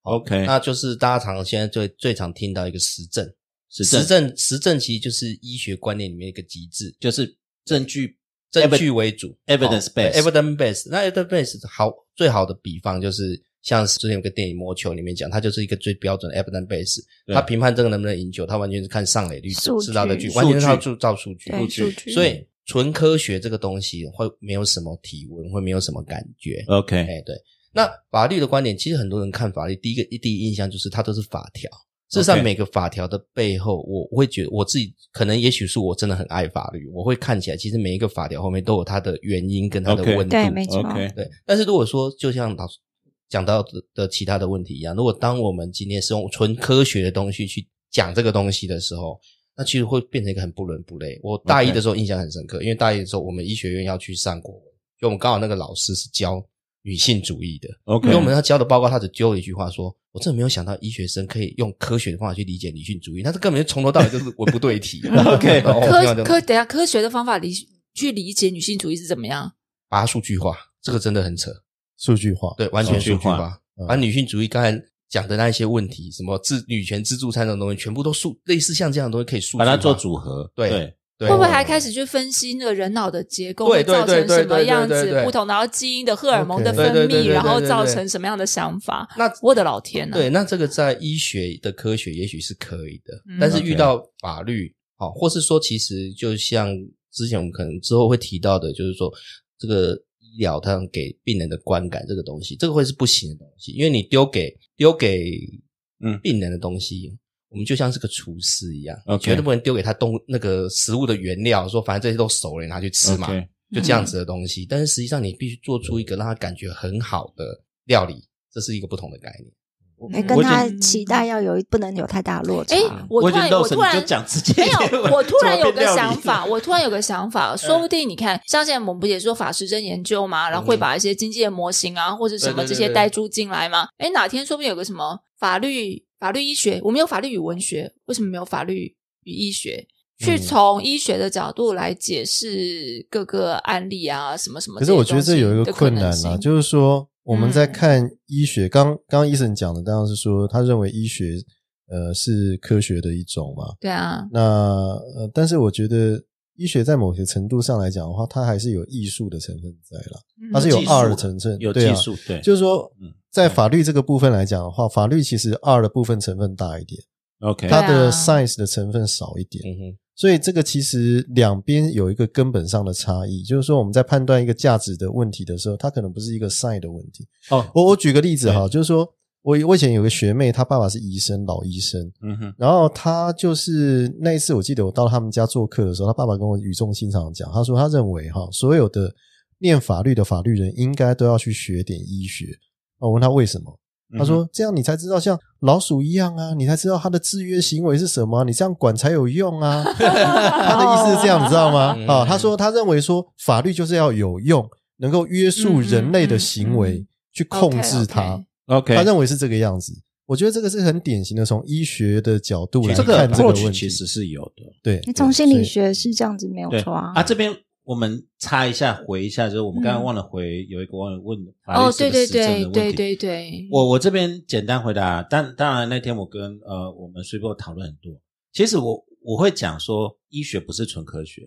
Speaker 1: OK，
Speaker 4: 那就是大家常现在最最常听到一个实证，
Speaker 1: 实
Speaker 4: 实
Speaker 1: 证
Speaker 4: 证实证其实就是医学观念里面一个极致，
Speaker 1: 就是证据
Speaker 4: 证据为主
Speaker 1: evidence
Speaker 4: 哦对
Speaker 1: based
Speaker 4: evidence based。那 evidence based 好最好的比方就是像是之前有个电影《魔球》里面讲，它就是一个最标准的 evidence based。
Speaker 1: 对
Speaker 4: 它评判这个能不能赢球，它完全是看上垒率、
Speaker 2: 数
Speaker 4: 制造的
Speaker 2: 据
Speaker 4: 据，完全是靠
Speaker 1: 数
Speaker 4: 照照数据。
Speaker 2: 对数据，
Speaker 4: 所以纯科学这个东西会没有什么体温，会没有什么感觉。
Speaker 1: OK，
Speaker 4: 哎，对。那法律的观点，其实很多人看法律，第一个第一印象就是它都是法条。事实上，
Speaker 1: OK
Speaker 4: 每个法条的背后，我我会觉得我自己可能，也许是我真的很爱法律，我会看起来，其实每一个法条后面都有它的原因跟它的
Speaker 1: OK
Speaker 4: 温度。
Speaker 2: 对，没错，
Speaker 1: OK，
Speaker 4: 对，但是如果说就像老师讲到的的其他的问题一样，如果当我们今天是用纯科学的东西去讲这个东西的时候，那其实会变成一个很不伦不类。我大一
Speaker 1: OK
Speaker 4: 的时候印象很深刻，因为大一的时候我们医学院要去上国文，就我们刚好那个老师是教女性主义的，
Speaker 1: OK，
Speaker 4: 因为我们要教的报告他只丢了一句话说。我真的没有想到医学生可以用科学的方法去理解女性主义，那这根本就从头到尾就是文不对题。
Speaker 1: OK
Speaker 4: 然后哦我听完就
Speaker 3: 科科等一下科学的方法理去理解女性主义是怎么样？
Speaker 4: 把它数据化，这个真的很扯。
Speaker 5: 数据化，
Speaker 4: 对，完全
Speaker 1: 数据
Speaker 4: 数据
Speaker 1: 化
Speaker 4: 化
Speaker 5: 嗯，
Speaker 4: 把女性主义刚才讲的那一些问题，什么自女权自助餐这种东西，全部都数类似像这样的东西可以数据
Speaker 1: 把它
Speaker 4: 化
Speaker 1: 做，组合，
Speaker 4: 对
Speaker 1: 对
Speaker 4: 对
Speaker 3: 会不会还开始去分析那个人脑的结构
Speaker 4: 对
Speaker 3: 会
Speaker 4: 对
Speaker 3: 造成
Speaker 4: 对
Speaker 3: 什么
Speaker 4: 对对
Speaker 3: 样
Speaker 4: 对
Speaker 3: 子
Speaker 4: 对
Speaker 3: 不同，然后基因的荷尔蒙的
Speaker 5: OK
Speaker 3: 分
Speaker 4: 对对对
Speaker 3: 泌，
Speaker 4: 对
Speaker 3: 然后
Speaker 4: 对对
Speaker 3: 造
Speaker 4: 对
Speaker 3: 成什么样的想法？
Speaker 4: 那
Speaker 3: 我的老天啊呐！
Speaker 4: 对，那这个在医学的科学也许是可以的
Speaker 3: 嗯，
Speaker 4: 但是遇
Speaker 1: OK
Speaker 4: 到法律，好，或是说其实就像之前我们可能之后会提到的，就是说这个。医疗它给病人的观感这个东西，这个会是不行的东西，因为你丢给丢给
Speaker 1: 嗯
Speaker 4: 病人的东西，我我们就像是个厨师一样，
Speaker 1: OK
Speaker 4: 绝对不能丢给他动物那个食物的原料，说反正这些都熟了，你拿去吃嘛
Speaker 1: OK
Speaker 4: 就这样子的东西。但是实际上，你必须做出一个让他感觉很好的料理，这是一个不同的概念。
Speaker 2: 哎，
Speaker 1: 我
Speaker 2: 跟
Speaker 1: 已
Speaker 2: 他
Speaker 1: 经
Speaker 2: 期待要有不能有太大落差。
Speaker 3: 嗯哎，我
Speaker 1: 我已
Speaker 3: 突
Speaker 1: 经
Speaker 3: 然
Speaker 1: 漏
Speaker 3: 我
Speaker 1: 神，
Speaker 3: 突
Speaker 1: 你就
Speaker 3: 然
Speaker 1: 讲自己。
Speaker 3: 没有，我突然有个想
Speaker 1: 怎么变料
Speaker 3: 法，我突然有个想法，
Speaker 5: 嗯
Speaker 3: 说不定你看，像现在我们不也说法师真研究嘛，然后
Speaker 5: 嗯
Speaker 3: 会把一些经济的模型啊，或者什么
Speaker 4: 对对对
Speaker 3: 这些
Speaker 4: 对
Speaker 3: 带入进来嘛？哎，哪天说不定有个什么法律、法律医学，我们有法律与文学，为什么没有法律与医学？去
Speaker 5: 嗯
Speaker 3: 从医学的角度来解释各个案例啊，什么什么
Speaker 5: 可
Speaker 3: 些
Speaker 5: 是
Speaker 3: 东
Speaker 5: 我
Speaker 3: 西
Speaker 5: 觉
Speaker 3: 的可能
Speaker 5: 得这
Speaker 3: 性。
Speaker 5: 有一个困难啊，就是说我们
Speaker 1: 嗯
Speaker 5: 在看医学，刚刚刚医生讲的当然是说他认为医学呃是科学的一种嘛，
Speaker 3: 对啊，
Speaker 5: 那呃，但是我觉得医学在某些程度上来讲的话，它还是有艺术的成分在啦，
Speaker 3: 嗯
Speaker 5: 它是
Speaker 1: 嗯
Speaker 5: 有
Speaker 1: 技术
Speaker 5: R 的成 分，
Speaker 1: 有
Speaker 5: 对
Speaker 1: 技
Speaker 5: 啊
Speaker 1: 术，对，
Speaker 5: 就是说
Speaker 1: 嗯，
Speaker 5: 在法律这个部分来讲的话，法律其实 R 的部分成分大一点，
Speaker 1: OK
Speaker 5: 它
Speaker 3: 对啊
Speaker 5: 的 science 的成分少一点，
Speaker 4: 嗯哼，
Speaker 5: 所以这个其实两边有一个根本上的差异，就是说我们在判断一个价值的问题的时候，它可能不是一个 science 的问题。
Speaker 1: 哦，
Speaker 5: 我我举个例子哈，就是说我我以前有个学妹，她爸爸是医生，老医生，
Speaker 1: 嗯哼，
Speaker 5: 然后他就是那一次，我记得我到他们家做客的时候，他爸爸跟我语重心长地讲，他说他认为哈，所有的念法律的法律人应该都要去学点医学。我问他为什么，
Speaker 3: 嗯
Speaker 5: 他说、这样你才知道像老鼠一样啊，你才知道它的制约行为是什么，啊你这样管才有用 啊。他的意思是这样，你知道吗？
Speaker 4: 嗯
Speaker 5: 啊，他说他认为说法律就是要有用，能够约束人类的行
Speaker 3: 嗯嗯嗯嗯
Speaker 5: 为，去控制
Speaker 3: OK，OK
Speaker 5: 它。
Speaker 1: 嗯哼
Speaker 5: 他
Speaker 1: OK，
Speaker 5: 认为是这个样子。我觉得这个是很典型的从医学的角度来
Speaker 1: 这
Speaker 5: 看
Speaker 1: 个
Speaker 5: 这个
Speaker 1: approach
Speaker 5: 问
Speaker 1: 其
Speaker 5: 题。
Speaker 1: 实是有的，
Speaker 5: 对，
Speaker 2: 你从心
Speaker 5: 所
Speaker 2: 理
Speaker 5: 以
Speaker 2: 学是这样子没有
Speaker 1: 对
Speaker 2: 错啊。
Speaker 1: 啊，这边我们插一下，回一下，就是我们刚刚忘了回，有一个忘了问法
Speaker 3: 哦
Speaker 1: 律，是
Speaker 3: 对
Speaker 1: 不是
Speaker 3: 对
Speaker 1: 实证
Speaker 3: 对
Speaker 1: 的问
Speaker 3: 对
Speaker 1: 题
Speaker 3: 对对，
Speaker 1: 我我这边简单回答，但当然那天我跟呃我们 s u p e 讨论很多。其实我我会讲说，医学不是纯科学，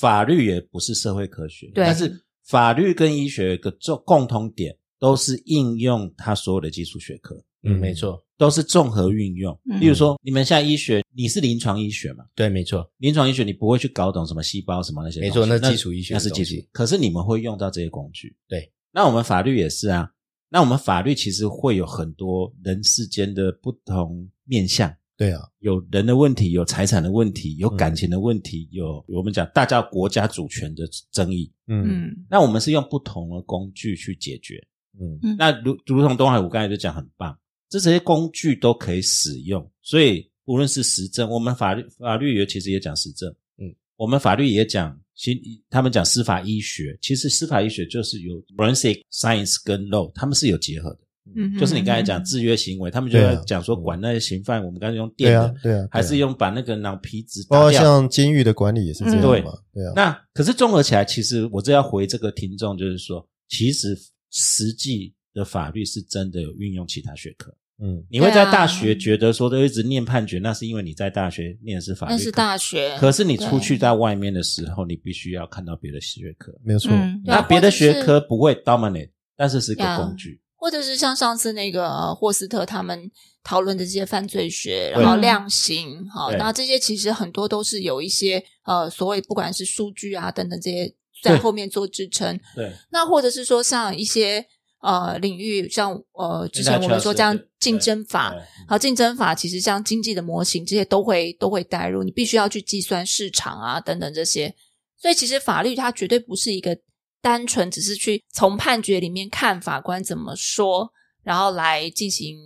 Speaker 1: 法律也不是社会科学，
Speaker 3: 对
Speaker 1: 但是法律跟医学有一个重共同点，都是应用它所有的基础学科，
Speaker 4: 嗯，没错，
Speaker 1: 都是综合运用。
Speaker 2: 嗯
Speaker 1: 例如说，你们现在医学，你是临床医学嘛？
Speaker 4: 对，没错，
Speaker 1: 临床医学你不会去搞懂什么细胞什么那些东西，
Speaker 4: 没错那是
Speaker 1: 那
Speaker 4: 基础医学
Speaker 1: 那
Speaker 4: 的
Speaker 1: 是基础
Speaker 4: 东西。
Speaker 1: 可是你们会用到这些工具，
Speaker 4: 对。
Speaker 1: 那我们法律也是啊，那我们法律其实会有很多人世间的不同面向，
Speaker 5: 对啊，
Speaker 1: 有人的问题，有财产的问题，
Speaker 4: 嗯
Speaker 1: 有感情的问题，有我们讲大家国家主权的争议。
Speaker 5: 嗯
Speaker 3: 嗯
Speaker 1: 那我们是用不同的工具去解决。
Speaker 5: 嗯
Speaker 2: 嗯
Speaker 1: 那如如同东海，我刚才就讲很棒，这些工具都可以使用，所以无论是实证，我们法律法律也其实也讲实证，
Speaker 4: 嗯，
Speaker 1: 我们法律也讲其他们讲司法医学，其实司法医学就是有 forensic science 跟 law，他们是有结合的，
Speaker 3: 嗯，
Speaker 1: 就是你刚才讲
Speaker 3: 嗯
Speaker 1: 制约行为，他们就
Speaker 5: 对
Speaker 1: 要
Speaker 5: 啊
Speaker 1: 讲说管那些刑犯，我们刚才用电
Speaker 5: 对
Speaker 1: 的，
Speaker 5: 啊，对啊，对啊
Speaker 1: 还是用把那个脑皮质
Speaker 5: 包
Speaker 1: 打
Speaker 5: 括
Speaker 1: 掉。
Speaker 5: 像监狱的管理也是这
Speaker 2: 嗯
Speaker 5: 样嘛，对啊，
Speaker 1: 那可是综合起来，其实我这要回这个听众，就是说，其实实际的法律是真的有运用其他学科。
Speaker 5: 嗯
Speaker 1: 你会在大
Speaker 3: 对
Speaker 1: 学
Speaker 3: 啊
Speaker 1: 觉得说都一直念判决，那是因为你在大学念的是法律，
Speaker 3: 那是大。学，
Speaker 1: 可是你出
Speaker 3: 对
Speaker 1: 去到外面的时候，你必须要看到别的学科。
Speaker 5: 没有错，
Speaker 2: 嗯
Speaker 3: 对啊
Speaker 1: 那别的
Speaker 3: 或者
Speaker 1: 学
Speaker 3: 是
Speaker 1: 科不会 dominate，但是是一个
Speaker 3: 呀
Speaker 1: 工具。
Speaker 3: 或者是像上次那个呃霍斯特他们讨论的这些犯罪学，然后
Speaker 2: 对
Speaker 3: 量刑哈，
Speaker 1: 嗯对
Speaker 3: 那这些其实很多都是有一些呃所谓不管是数据啊等等这些在
Speaker 1: 对
Speaker 3: 后面做支撑。
Speaker 1: 对，
Speaker 3: 那或者是说像一些呃领域，像呃之前
Speaker 1: NHS
Speaker 3: 我们说像
Speaker 1: 对
Speaker 3: 竞争法
Speaker 1: 对，
Speaker 3: 好竞争法其实像经济的模型这些都会都会带入，你必须要去计算市场啊等等这些。所以其实法律它绝对不是一个单纯只是去从判决里面看法官怎么说，然后来进行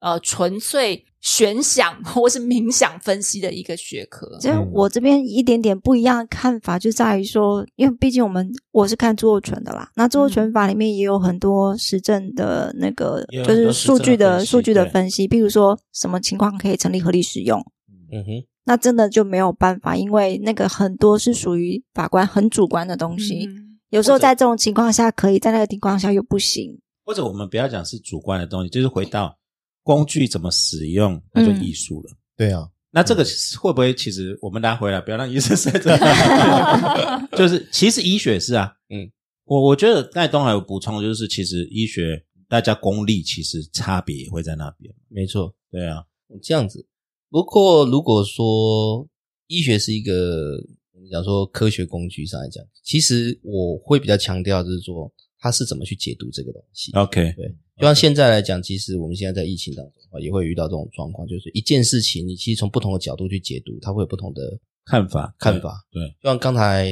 Speaker 3: 呃纯粹悬想或是冥想分析的一个学科。
Speaker 2: 所以我这边一点点不一样的看法，就在于说，因为毕竟我们我是看著作权的啦，那著作权法里面也有很多实证的那个
Speaker 1: 也有，
Speaker 2: 就
Speaker 1: 很多
Speaker 2: 是
Speaker 1: 实
Speaker 2: 数
Speaker 1: 证
Speaker 2: 据
Speaker 1: 的
Speaker 2: 的
Speaker 1: 分析
Speaker 2: 数据的
Speaker 1: 对
Speaker 2: 分析，比如说什么情况可以成立合理使用，
Speaker 4: 嗯哼，
Speaker 2: 那真的就没有办法，因为那个很多是属于法官很主观的东西，
Speaker 3: 嗯
Speaker 2: 有时候在这种情况下可以，在那个情况下又不行。
Speaker 1: 或者我们不要讲是主观的东西，就是回到工具怎么使用，那
Speaker 3: 嗯
Speaker 1: 就艺术了。
Speaker 5: 对啊，
Speaker 1: 那这个会不会其实我们拉回来，不要让医生在这，就是其实医学是啊，
Speaker 4: 嗯，
Speaker 1: 我我觉得在东海有补充，就是其实医学大家功力其实差别也会在那边，
Speaker 4: 没错。
Speaker 1: 对啊，
Speaker 4: 这样子。不过如果说医学是一个我们讲说科学工具上来讲，其实我会比较强调就是说它是怎么去解读这个东西。
Speaker 1: ，OK，
Speaker 4: 对，就像现在来讲，其实我们现在在疫情当中啊，也会遇到这种状况，就是一件事情，你其实从不同的角度去解读，它会有不同的
Speaker 1: 看法
Speaker 4: 看法。
Speaker 1: 对对
Speaker 4: 就像刚才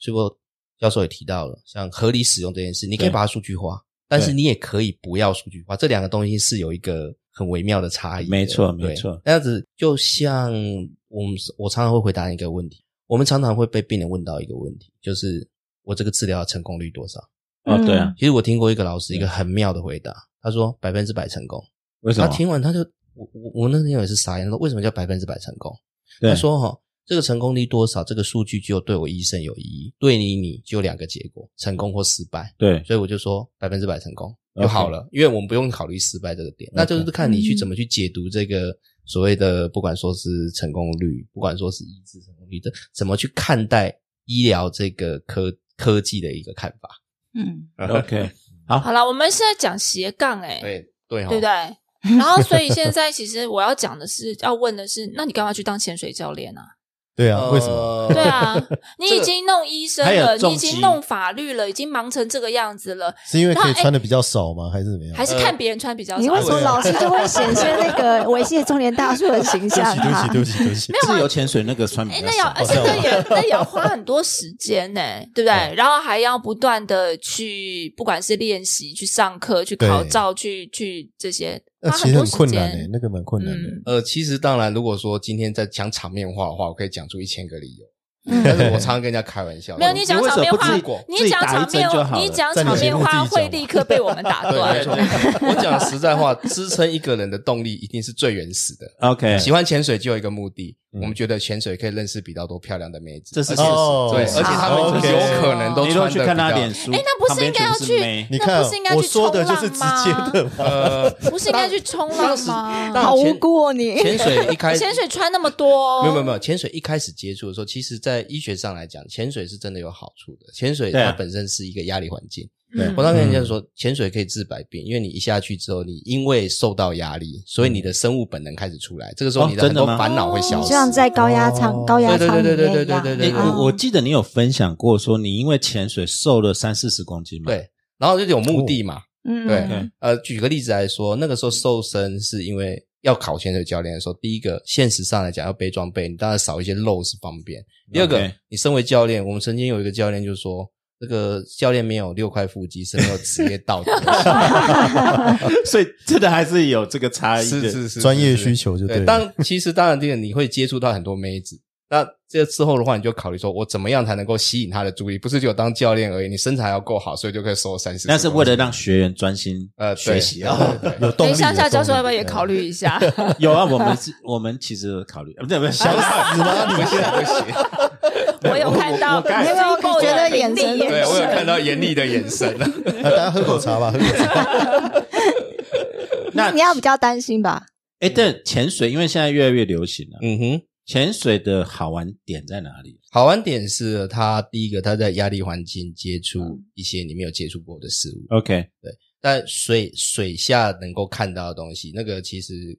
Speaker 4: 崔博教授也提到了，像合理使用这件事，你可以
Speaker 1: 对
Speaker 4: 把它数据化，但是
Speaker 1: 对
Speaker 4: 你也可以不要数据化，这两个东西是有一个很微妙的差异的。
Speaker 1: 没错
Speaker 4: 对
Speaker 1: 没错。
Speaker 4: 那样子就像我们我常常会回答一个问题，我们常常会被病人问到一个问题，就是我这个治疗的成功率多少？
Speaker 1: 哦，对
Speaker 3: 嗯
Speaker 1: 啊，
Speaker 4: 其实我听过一个老师一个很妙的回答，他说百分之百成功。
Speaker 1: 为什
Speaker 4: 他
Speaker 1: 么？
Speaker 4: 听完他就我我我那天也是傻眼，他说为什么叫百分之百成功？
Speaker 1: 对
Speaker 4: 他说哈、哦这个成功率多少，这个数据只有对我医生有意义，对你你就有两个结果，成功或失败。
Speaker 1: 对
Speaker 4: 所以我就说百分之百成功就好了因为我们不用考虑失败这个点，那就是看你去怎么去解读这个所谓的，不管说是成功率，不管说是医治成功率的，怎么去看待医疗这个科科技的一个看法。
Speaker 2: 嗯，
Speaker 1: ，OK，
Speaker 3: 好了，我们现在讲斜杠、欸，哎，
Speaker 4: 对对哈，
Speaker 3: 对不对？然后，所以现在其实我要讲的是，要问的是，那你干嘛去当潜水教练啊？
Speaker 5: 对
Speaker 4: 呃
Speaker 5: 啊，为什么？
Speaker 4: 么
Speaker 3: 对啊，你已经弄医生
Speaker 1: 还有
Speaker 3: 了，你
Speaker 1: 重
Speaker 3: 已经
Speaker 1: 击
Speaker 3: 弄法律了，已经忙成这个样子了，
Speaker 5: 是因为可以
Speaker 3: 那哎
Speaker 5: 穿的比较少吗？还是怎么样？
Speaker 3: 还是看别人穿比较
Speaker 2: 你
Speaker 3: 少
Speaker 2: 为。什么老 是就会显现那个 维系中年大叔的形
Speaker 5: 对
Speaker 2: 象
Speaker 5: 不起，对不
Speaker 2: 啊
Speaker 5: 起，？对不起，对 不起。
Speaker 1: 自由潜水那个穿比
Speaker 3: 哎，
Speaker 1: 较
Speaker 3: 那要，
Speaker 1: 少哦
Speaker 3: 而且那也那也要花很多时间呢、对不对？然后还要不断的去，不管是练习、去上课、去考
Speaker 5: 对
Speaker 3: 照、去去这些，
Speaker 5: 那
Speaker 3: 花
Speaker 5: 其
Speaker 3: 很
Speaker 5: 实
Speaker 3: 多
Speaker 5: 很
Speaker 3: 时
Speaker 5: 困难诶、
Speaker 3: 间。
Speaker 5: 那个蛮困难的。
Speaker 3: 嗯，
Speaker 4: 呃，其实当然，如果说今天在讲场面话的话，我可以讲出一千个理由，
Speaker 2: 嗯
Speaker 4: 但是我常常跟人家开玩笑。
Speaker 3: 没有你讲
Speaker 1: 为什
Speaker 3: 场
Speaker 1: 么
Speaker 3: 面
Speaker 1: 不
Speaker 3: 话
Speaker 1: 自己
Speaker 4: 果，
Speaker 1: 自
Speaker 3: 你
Speaker 1: 己
Speaker 3: 讲
Speaker 1: 打一
Speaker 3: 场
Speaker 1: 针
Speaker 3: 面
Speaker 1: 就好，了
Speaker 3: 你讲
Speaker 5: 在你
Speaker 3: 场
Speaker 5: 节
Speaker 3: 面
Speaker 5: 目自己
Speaker 3: 话
Speaker 5: 讲
Speaker 3: 会
Speaker 5: 嘛
Speaker 3: 立刻被我们打
Speaker 4: 对，
Speaker 3: 断
Speaker 4: 没。错我讲实在话，支撑一个人的动力一定是最原始的。
Speaker 1: OK，
Speaker 4: 喜欢潜水就有一个目的，
Speaker 5: 嗯
Speaker 4: 我们觉得潜水可以认识比较多漂亮的妹子，
Speaker 1: 这是
Speaker 4: 而且
Speaker 1: 事实
Speaker 5: 哦
Speaker 4: 对，而且他
Speaker 5: 哦
Speaker 4: 们
Speaker 5: ，OK
Speaker 4: 有可能都
Speaker 1: 你
Speaker 4: 穿
Speaker 1: 都
Speaker 4: 的
Speaker 1: 去看他脸书，
Speaker 3: 哎那不是
Speaker 1: 旁边
Speaker 3: 应该要
Speaker 1: 全部是
Speaker 3: 去
Speaker 1: 妹
Speaker 5: 你看啊
Speaker 3: 那不是应该，去
Speaker 5: 我说的就是直
Speaker 3: 冲浪
Speaker 5: 接
Speaker 3: 吗
Speaker 5: 的嘛。
Speaker 4: 呃，
Speaker 3: 不是应该去冲浪吗？
Speaker 4: 当
Speaker 2: 好无
Speaker 4: 潜
Speaker 2: 辜哦你
Speaker 4: 潜水一开始
Speaker 3: 潜水穿那么多，哦
Speaker 4: 没有没有没有，潜水一开始接触的时候，其实在医学上来讲，潜水是真的有好处的。潜水
Speaker 1: 对啊嗯
Speaker 4: 它本身是一个压力环境。
Speaker 3: 有
Speaker 4: 我常跟人家说，潜水可以治百病，因为你一下去之后，你因为受到压力，所以你的生物本能开始出来，这个时候
Speaker 1: 嗯哦
Speaker 4: 你的很
Speaker 1: 真的
Speaker 4: 多
Speaker 1: 吗
Speaker 4: 烦恼会消
Speaker 2: 就
Speaker 4: 失。
Speaker 2: 像在高压舱、
Speaker 5: 哦
Speaker 2: 高压舱里面
Speaker 4: 对对
Speaker 2: 一
Speaker 4: 对对对
Speaker 2: 样。啊
Speaker 4: 对
Speaker 1: 哎
Speaker 4: 对对对
Speaker 2: 哦
Speaker 1: 我我记得你有分享过说你因为潜水瘦了三四十公斤嘛？，
Speaker 4: 对，然后就有目的嘛。
Speaker 2: 嗯，
Speaker 4: 对
Speaker 1: 嗯
Speaker 4: 呃，举个例子来说，那个时候瘦身是因为要考潜水教练的时候，第一个现实上来讲要背装备，你当然少一些肉是方便。第二个
Speaker 1: OK
Speaker 4: 你身为教练，我们曾经有一个教练就说，这个教练没有六块腹肌是没有职业道德的，
Speaker 1: 所以真的还是有这个差异
Speaker 4: 是是
Speaker 1: 的。
Speaker 4: 是是
Speaker 5: 专业需求就对
Speaker 4: 对。
Speaker 5: 了
Speaker 4: 当其实当然这个你会接触到很多妹子。那这之后的话，你就考虑说，我怎么样才能够吸引她的注意？不是只有当教练而已，你身材要够好，所以就可以瘦三十。
Speaker 1: 但是为了让学员专心
Speaker 4: 呃对
Speaker 1: 学习啊，
Speaker 4: 对对对
Speaker 5: 有
Speaker 3: 等
Speaker 5: 动力
Speaker 3: 一
Speaker 5: 的。
Speaker 3: 下，夏教授
Speaker 5: 动力
Speaker 3: 要不要也考？虑一下？
Speaker 1: 有啊，我们是我们其实有考虑，呃不对 不对，想
Speaker 5: 想死吗？
Speaker 4: 你们现在不行。
Speaker 3: 我有看到，
Speaker 1: 我我刚才
Speaker 2: 没有我觉得眼神
Speaker 3: 眼
Speaker 4: 对我有看到严厉的眼神了。
Speaker 5: 啊大家喝口茶吧，喝口 茶。
Speaker 1: 那
Speaker 2: 你要比较担心吧？
Speaker 1: 哎，对潜水，因为现在越来越流行了，
Speaker 4: 嗯哼，
Speaker 1: 潜水的好玩点在哪里？
Speaker 4: 好玩点是他第一个，他在压力环境接触
Speaker 1: 嗯
Speaker 4: 一些你没有接触过的事物，
Speaker 1: OK，
Speaker 4: 但水水下能够看到的东西，那个其实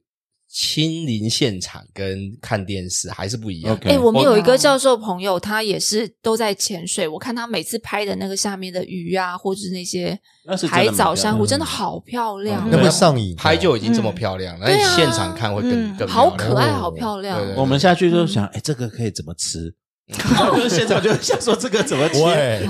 Speaker 4: 亲临现场跟看电视还是不一样。
Speaker 1: OK
Speaker 3: 哎、我们有一
Speaker 4: 嗯
Speaker 3: 个
Speaker 2: 我
Speaker 3: 教授朋友，他也是都在潜水。我看他每次拍的那个下面的鱼啊，或者是那些
Speaker 1: 那是真的
Speaker 3: 海
Speaker 1: 蛮漂
Speaker 3: 藻、
Speaker 1: 亮
Speaker 3: 珊瑚，
Speaker 1: 的
Speaker 3: 真的好漂
Speaker 4: 嗯
Speaker 3: 亮哦，
Speaker 5: 那会上瘾，
Speaker 1: 嗯
Speaker 4: 拍就已经这么漂亮了，那、
Speaker 3: 对啊
Speaker 4: 你现场看会更、
Speaker 2: 嗯
Speaker 4: 更
Speaker 3: 好
Speaker 4: 漂亮哦
Speaker 3: 可爱，好漂亮。
Speaker 4: 对对
Speaker 1: 我们下去就
Speaker 4: 嗯
Speaker 1: 想，哎，这个可以怎么吃？就是 现场就想说这个怎么吃？
Speaker 5: 喂，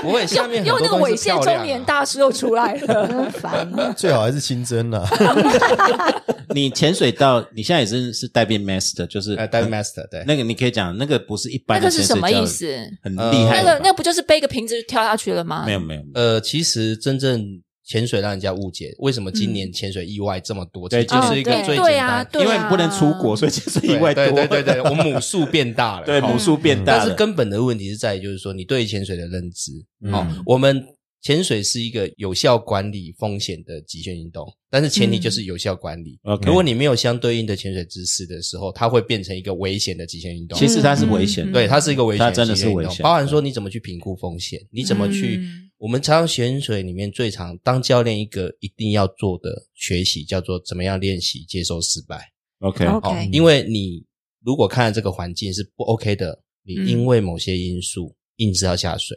Speaker 4: 不会下面很
Speaker 3: 又
Speaker 4: 多
Speaker 3: 那个
Speaker 4: 东西
Speaker 3: 猥
Speaker 4: 是
Speaker 3: 亵
Speaker 4: 漂亮
Speaker 3: 中
Speaker 4: 啊
Speaker 3: 年大师又出来 了，
Speaker 2: 真烦。
Speaker 5: 啊最好还是清蒸啊啦。
Speaker 1: 你潜水到你现在也是是带变 master，就是
Speaker 4: 呃 d i v master 对，
Speaker 1: 那个你可以讲，那个不是一
Speaker 3: 那
Speaker 1: 般的
Speaker 3: 个是
Speaker 1: 潜
Speaker 3: 什
Speaker 1: 水
Speaker 3: 么
Speaker 1: 教
Speaker 3: 意
Speaker 1: 练
Speaker 3: 思？
Speaker 1: 很
Speaker 4: 呃
Speaker 1: 厉害
Speaker 3: 那
Speaker 1: 的
Speaker 3: 个
Speaker 1: 吧。
Speaker 3: 那不就是背个瓶子跳下去了吗？
Speaker 1: 没有没有，没有
Speaker 4: 呃，其实真正潜水让人家误解，为什么今年潜水意外这么多？
Speaker 1: 对
Speaker 4: 其实就是一个
Speaker 3: 嗯哦对
Speaker 4: 最简单，
Speaker 3: 对啊对
Speaker 1: 因为你不能出国，所以其实意外多。
Speaker 4: 对对对对，我母数变大 了，
Speaker 1: 对
Speaker 4: 哦
Speaker 1: 母数变大
Speaker 4: 但
Speaker 1: 了。
Speaker 4: 是根本的问题是在于，就是说你对潜水的认知。
Speaker 5: 嗯
Speaker 4: 哦，我们潜水是一个有效管理风险的极限运动，但是前提就是有效管理。
Speaker 1: 嗯 OK
Speaker 4: 如果你没有相对应的潜水知识的时候，它会变成一个危险的极限运动。
Speaker 1: 其实它是危险的，
Speaker 3: 嗯
Speaker 4: 对，它是一个危险，
Speaker 1: 它真的是危险
Speaker 4: 包含说你怎么去评估风险，你怎么去？
Speaker 3: 嗯
Speaker 4: 我们常常潜水里面最常当教练一个一定要做的学习叫做怎么样练习接受失败。
Speaker 1: OK，
Speaker 3: 哦
Speaker 2: OK
Speaker 4: 好，哦因为你如果看这个环境是不 OK 的，你
Speaker 3: 嗯
Speaker 4: 因为某些因素硬是要下水，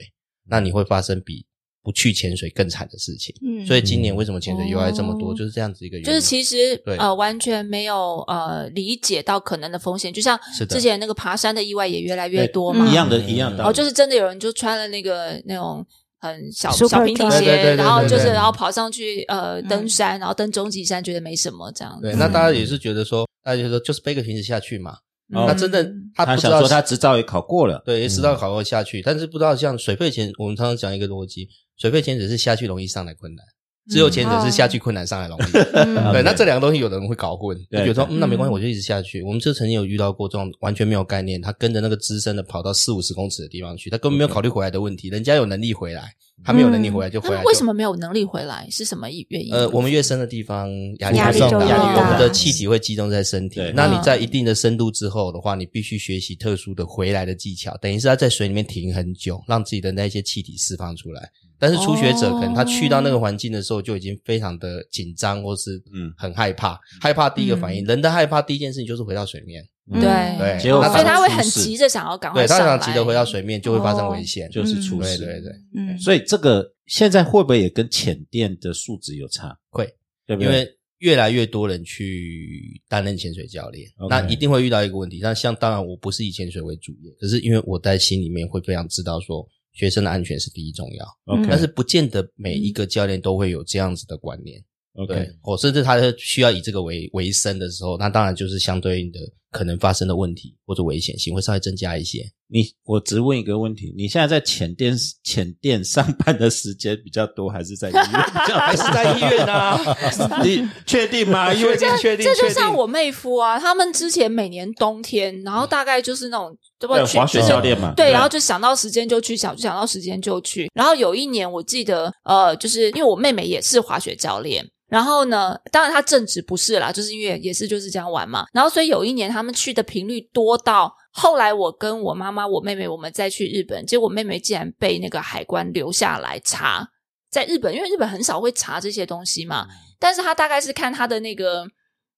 Speaker 4: 那你会发生比不去潜水更惨的事情。
Speaker 2: 嗯，
Speaker 4: 所以今年为什么潜水又来这么多，
Speaker 3: 哦
Speaker 4: 就是这样子一个原因。
Speaker 3: 就是其实
Speaker 4: 对
Speaker 3: 呃完全没有呃理解到可能的风险，就像
Speaker 4: 是的
Speaker 3: 之前那个爬山的意外也越来越多嘛
Speaker 2: 嗯，
Speaker 1: 一样的，一样的
Speaker 3: 然
Speaker 1: 道
Speaker 3: 后
Speaker 1: 理。
Speaker 3: 哦就是真的有人就穿了那个那种很小
Speaker 2: Super
Speaker 3: 小平底
Speaker 2: dry
Speaker 4: 对对对
Speaker 3: 鞋，
Speaker 4: 对
Speaker 3: 然后就是
Speaker 4: 对对
Speaker 3: 然后跑上去呃
Speaker 2: 嗯
Speaker 3: 登山，然后登终极山，觉得没什么这样。
Speaker 4: 对，
Speaker 3: 嗯
Speaker 4: 那大家也是觉得说，大家就说就是背个瓶子下去嘛。
Speaker 3: 嗯
Speaker 1: 哦
Speaker 4: 那真的他
Speaker 1: 他
Speaker 4: 不知
Speaker 1: 想
Speaker 4: 道
Speaker 1: 说
Speaker 4: 是
Speaker 1: 他执照也考过了，
Speaker 4: 对，食道考核下去，但是不知道像水肺潜，我们常常讲一个逻辑，水肺潜水是下去容易，上来困难；自由潜水是下去困难，上来
Speaker 3: 哦
Speaker 4: 容易。
Speaker 2: 嗯
Speaker 4: 对，那这两个东西有的人会搞混，就
Speaker 1: 对
Speaker 4: 觉得说、嗯、那没关系，
Speaker 3: 嗯
Speaker 4: 我就一直下去。我们就曾经有遇到过这种完全没有概念，他跟着那个资深的跑到四五十公尺的地方去，他根本没有
Speaker 1: 嗯
Speaker 4: 考虑回来的问题。人家有能力回来，他没有能力回来就回来
Speaker 3: 嗯那
Speaker 4: 就。
Speaker 3: 为什么没有能力回来？是什么原因？
Speaker 4: 呃，我们越深的地方压力
Speaker 5: 压力
Speaker 4: 越
Speaker 5: 就
Speaker 4: 大
Speaker 5: 越
Speaker 4: 压力越
Speaker 5: 大
Speaker 4: 我们的气体会集中在身体
Speaker 1: 对。
Speaker 4: 那你
Speaker 3: 啊嗯
Speaker 4: 在一定的深度之后的话，你必须学习特殊的回来的技巧，等于是他在水里面停很久，让自己的那些气体释放出来。但是初学者可能
Speaker 3: 哦
Speaker 4: 他去到那个环境的时候就已经非常的紧张，或是
Speaker 1: 嗯
Speaker 4: 很害怕。害怕第一个反
Speaker 3: 嗯
Speaker 4: 应，人的害怕第一件事情就是回到水面，
Speaker 2: 嗯
Speaker 3: 对
Speaker 4: 对
Speaker 1: 结果
Speaker 4: 那
Speaker 3: 哦所以他会很
Speaker 1: 出事
Speaker 3: 急着想要赶快
Speaker 4: 对他
Speaker 3: 上来，哦
Speaker 4: 想急着回到水面就会发生危险，
Speaker 1: 就是出事。
Speaker 4: 对对对，
Speaker 2: 嗯，
Speaker 1: 所以这个现在会不会也跟浅店的素质有差？
Speaker 4: 会，
Speaker 1: 对不
Speaker 4: 因
Speaker 1: 对？
Speaker 4: 为越来越多人去担任潜水教练
Speaker 1: OK
Speaker 4: 那一定会遇到一个问题。那像当然我不是以潜水为主业，可是因为我在心里面会非常知道说学生的安全是第一重要，
Speaker 1: 嗯
Speaker 2: 嗯
Speaker 1: OK，嗯
Speaker 4: 但是不见得每一个教练都会有这样子的观念。
Speaker 1: OK，
Speaker 4: 对，或、甚至他需要以这个为为生的时候，那当然就是相对应的可能发生的问题或者危险性会稍微增加一些。
Speaker 1: 你我只问一个问题：你现在在浅店浅店上班的时间比较多，还是在医 院比较
Speaker 4: 还是在医院啊？
Speaker 1: 多？ 你确定吗？因为
Speaker 4: 定确
Speaker 3: 这就像我妹夫啊，他们之前每年冬天，
Speaker 4: 嗯
Speaker 3: 然后大概就是那种对吧
Speaker 1: 对？
Speaker 3: 去
Speaker 1: 哎滑雪教练嘛，
Speaker 3: 对，然后就想到时间就去，想想到时间就去。然后有一年我记得，呃，就是因为我妹妹也是滑雪教练。然后呢？当然，她正职不是啦，就是因为也是就是这样玩嘛。然后，所以有一年他们去的频率多到后来，我跟我妈妈、我妹妹我们再去日本，结果妹妹竟然被那个海关留下来查，在日本，因为日本很少会查这些东西嘛。但是她大概是看她的那个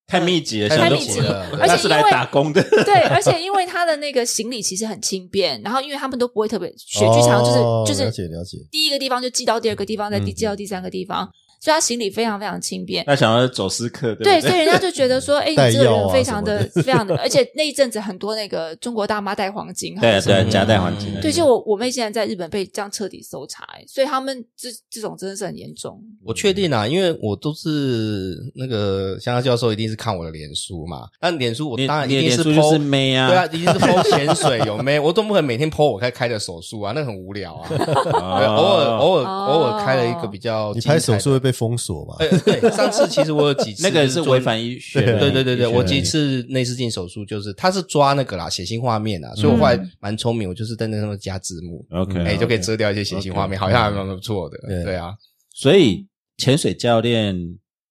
Speaker 1: 太密集了，
Speaker 4: 太
Speaker 1: 想说
Speaker 3: 密集
Speaker 1: 我
Speaker 4: 了
Speaker 1: 我
Speaker 4: 而且
Speaker 1: 那是来
Speaker 3: 因为
Speaker 1: 打工 的。
Speaker 3: 对，而且因为他的那个行李其实很轻便，然后因为他们都不会特别雪具常就是、
Speaker 5: 哦
Speaker 3: 就是
Speaker 5: 了解了解
Speaker 3: 第一个地方就寄到第二个地方，再
Speaker 5: 嗯
Speaker 3: 寄到第三个地方，所以他行李非常非常轻便。
Speaker 1: 那想要走私客，
Speaker 3: 对，
Speaker 1: 哎对不
Speaker 3: 所以？人家就觉得 说，哎、
Speaker 5: 带
Speaker 3: 你这个
Speaker 5: 药啊
Speaker 3: 人非
Speaker 5: 什
Speaker 3: 常
Speaker 5: 么
Speaker 3: 的、
Speaker 5: 的
Speaker 3: 非常的，而且那一阵子很多那个中国大妈带黄金，
Speaker 1: 对对，
Speaker 4: 嗯
Speaker 1: 夹带黄金的，
Speaker 3: 对，就我我妹竟然在日本被这样彻底搜查、哎所以他们这这种真的是很严重。
Speaker 4: 我确定啊，因为我都是那个香香教授，一定是看我的脸书嘛。但脸书我
Speaker 1: 你
Speaker 4: 当然
Speaker 1: 你
Speaker 4: 一定
Speaker 1: 脸
Speaker 4: 是
Speaker 1: 书
Speaker 4: PO
Speaker 1: 就是妹啊
Speaker 4: 对啊，一定是 PO 潜水有没？我总不可能每天 PO 我开开的手术啊，那很无聊 啊。对，偶尔
Speaker 1: 哦
Speaker 4: 偶尔
Speaker 3: 哦
Speaker 4: 偶尔开了一个比较
Speaker 5: 你
Speaker 4: 精
Speaker 5: 拍
Speaker 4: 彩的
Speaker 5: 手术会被封锁嘛？
Speaker 4: 哎对，上次其实我有几次
Speaker 1: 那个是
Speaker 4: 做
Speaker 1: 违。反医学的，
Speaker 4: 对对对对，
Speaker 1: 医学
Speaker 4: 我
Speaker 1: 的
Speaker 4: 几次内视镜手术就是，他是抓那个啦，血腥画面啊，所以我
Speaker 1: 嗯
Speaker 4: 后来蛮聪明，我就是在那上面加字幕，
Speaker 1: OK，
Speaker 4: 哎，就可以
Speaker 1: OK
Speaker 4: 遮掉一些血腥画面，好像还蛮不错的。
Speaker 5: 对
Speaker 4: 对啊，
Speaker 1: 所以潜水教练，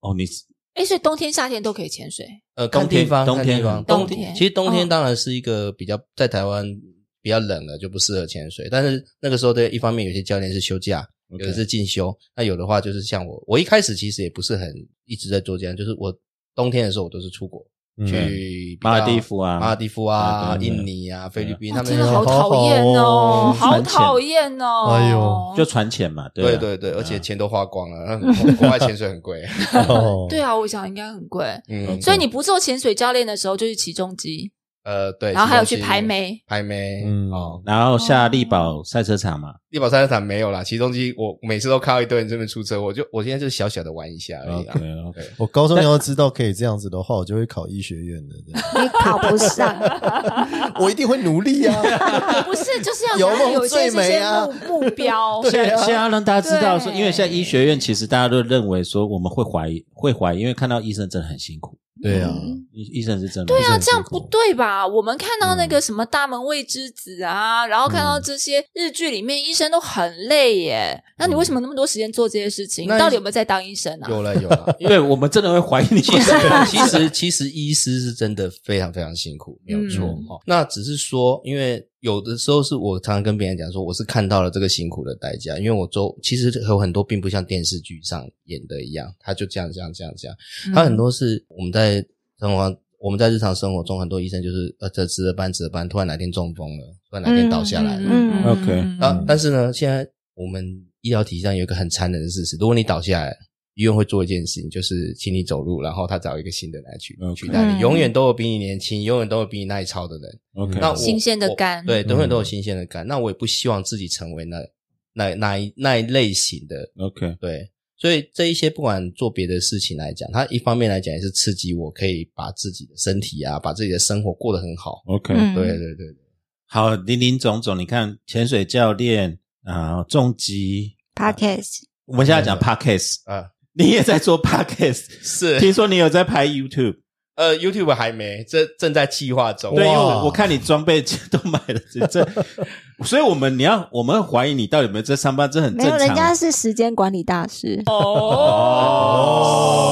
Speaker 1: 哦，你是
Speaker 3: 哎、所以冬天、夏天都可以潜水，
Speaker 4: 呃，
Speaker 1: 冬
Speaker 4: 看地
Speaker 1: 天
Speaker 4: 方
Speaker 1: 冬
Speaker 4: 看
Speaker 1: 天
Speaker 4: 地方
Speaker 1: 冬
Speaker 4: 冬
Speaker 3: 天
Speaker 4: 其实冬天
Speaker 3: 哦
Speaker 4: 当然是一个比较在台湾比较冷了，就不适合潜水。但是那个时候的一方面，有些教练是休假，有
Speaker 1: OK
Speaker 4: 的是进修，那有的话就是像我，我一开始其实也不是很一直在做这样，就是我冬天的时候我都是出国
Speaker 5: 嗯
Speaker 4: 去比较
Speaker 1: 马尔地夫啊，
Speaker 4: 马尔地夫啊、
Speaker 1: 对对对
Speaker 4: 印尼啊、菲律宾，
Speaker 3: 哇
Speaker 4: 他们
Speaker 3: 哦真的
Speaker 5: 那
Speaker 3: 好
Speaker 5: 好
Speaker 3: 讨
Speaker 5: 好
Speaker 3: 厌哦
Speaker 5: 哦，
Speaker 3: 好
Speaker 1: 船潜
Speaker 3: 讨厌哦！
Speaker 5: 哎呦
Speaker 1: 就船潜嘛，
Speaker 4: 对
Speaker 1: 啊
Speaker 4: 对对，而且钱都花 光了，
Speaker 5: 嗯
Speaker 4: 国外潜水很贵。
Speaker 5: 哦
Speaker 3: 对啊，我想应该很贵。
Speaker 4: 嗯，
Speaker 1: 哦
Speaker 3: 所以你不做潜水教练的时候，就是起重机，
Speaker 4: 呃对，
Speaker 3: 然后还有
Speaker 4: 其
Speaker 3: 去
Speaker 4: 中是
Speaker 3: 排 梅。
Speaker 4: 排梅，嗯
Speaker 5: 嗯
Speaker 4: 哦，
Speaker 1: 然后下力
Speaker 3: 哦
Speaker 1: 宝赛车场嘛，
Speaker 4: 力宝三十场没有啦，起重机我每次都看到一堆人这边出车祸，我就我今天就是小小的玩一下而已啊
Speaker 3: 啊
Speaker 4: 啦。
Speaker 1: OK，OK
Speaker 4: 对
Speaker 5: 我高中要知道可以这样子的话，我就会考医学院的。对
Speaker 2: 你考不上，
Speaker 5: 我一定会努力啊！
Speaker 3: 不是就是要
Speaker 5: 有
Speaker 3: 哪里
Speaker 5: 梦
Speaker 3: 有一些
Speaker 5: 最
Speaker 3: 这些
Speaker 5: 美啊。
Speaker 3: 目目标
Speaker 5: 对
Speaker 1: 现在
Speaker 5: 啊
Speaker 1: 现在要让大家知道说，
Speaker 3: 对
Speaker 1: 因为现在医学院其实大家都认为说我们会怀疑，会怀疑，因为看到医生真的很辛苦，
Speaker 5: 对啊，
Speaker 2: 嗯
Speaker 1: 医医生是真的
Speaker 3: 对啊，
Speaker 1: 很
Speaker 3: 这
Speaker 1: 辛
Speaker 3: 样
Speaker 1: 苦，
Speaker 3: 不对吧？我们看到那个什么大门卫之子啊，然后看到这些日剧里面医生都很累耶，那你为什么那么多时间做这些事情？
Speaker 4: 那
Speaker 3: 你到底有没有在当医生啊？
Speaker 4: 有了有了
Speaker 1: 因为我们真的会怀疑你。
Speaker 4: 其实 其实其实医师是真的非常非常辛苦，没有错
Speaker 3: 嗯
Speaker 4: 哦。那只是说，因为有的时候是我常常跟别人讲说，我是看到了这个辛苦的代价，因为我周其实有很多并不像电视剧上演的一样，他就这样这样这样这样，
Speaker 3: 嗯
Speaker 4: 他很多是我们在生活。我们在日常生活中，很多医生就是呃，这值了班，值了班，突然哪天中风了，突然哪天倒下来了，
Speaker 2: 嗯
Speaker 1: ，OK
Speaker 4: 啊，但是呢，现在我们医疗体系上有一个很残忍的事实：如果你倒下来，医院会做一件事情，就是请你走路，然后他找一个新的来取
Speaker 1: OK
Speaker 4: 取代
Speaker 3: 嗯
Speaker 4: 你，永远都有比你年轻，永远都有比你耐操的人。
Speaker 1: OK，嗯
Speaker 4: 那我
Speaker 3: 新鲜的肝
Speaker 4: 我对，永远都有新鲜的肝。那我也不希望自己成为那那那一那一类型的
Speaker 1: OK，
Speaker 4: 对，所以这一些不管做别的事情来讲，它一方面来讲也是刺激我可以把自己的身体啊，把自己的生活过得很好。
Speaker 1: OK，、
Speaker 2: 嗯
Speaker 4: 对对对对，
Speaker 1: 好，林林总总，你看潜水教练啊、重击，
Speaker 2: podcast
Speaker 1: 我们现在讲 podcast，
Speaker 4: 啊，
Speaker 1: 你也在做 podcast，听
Speaker 4: 是
Speaker 1: 说你有在拍 YouTube，
Speaker 4: 呃，YouTube 还没，这正在计划中。
Speaker 1: 对，因为
Speaker 5: 哇
Speaker 1: 我我看你装备都买了，这 这，所以我们你要我们会怀疑你到底有没有在上班，这很
Speaker 2: 没
Speaker 1: 正
Speaker 2: 有，
Speaker 1: 常。啊
Speaker 2: 人家是时间管理大师。
Speaker 3: 哦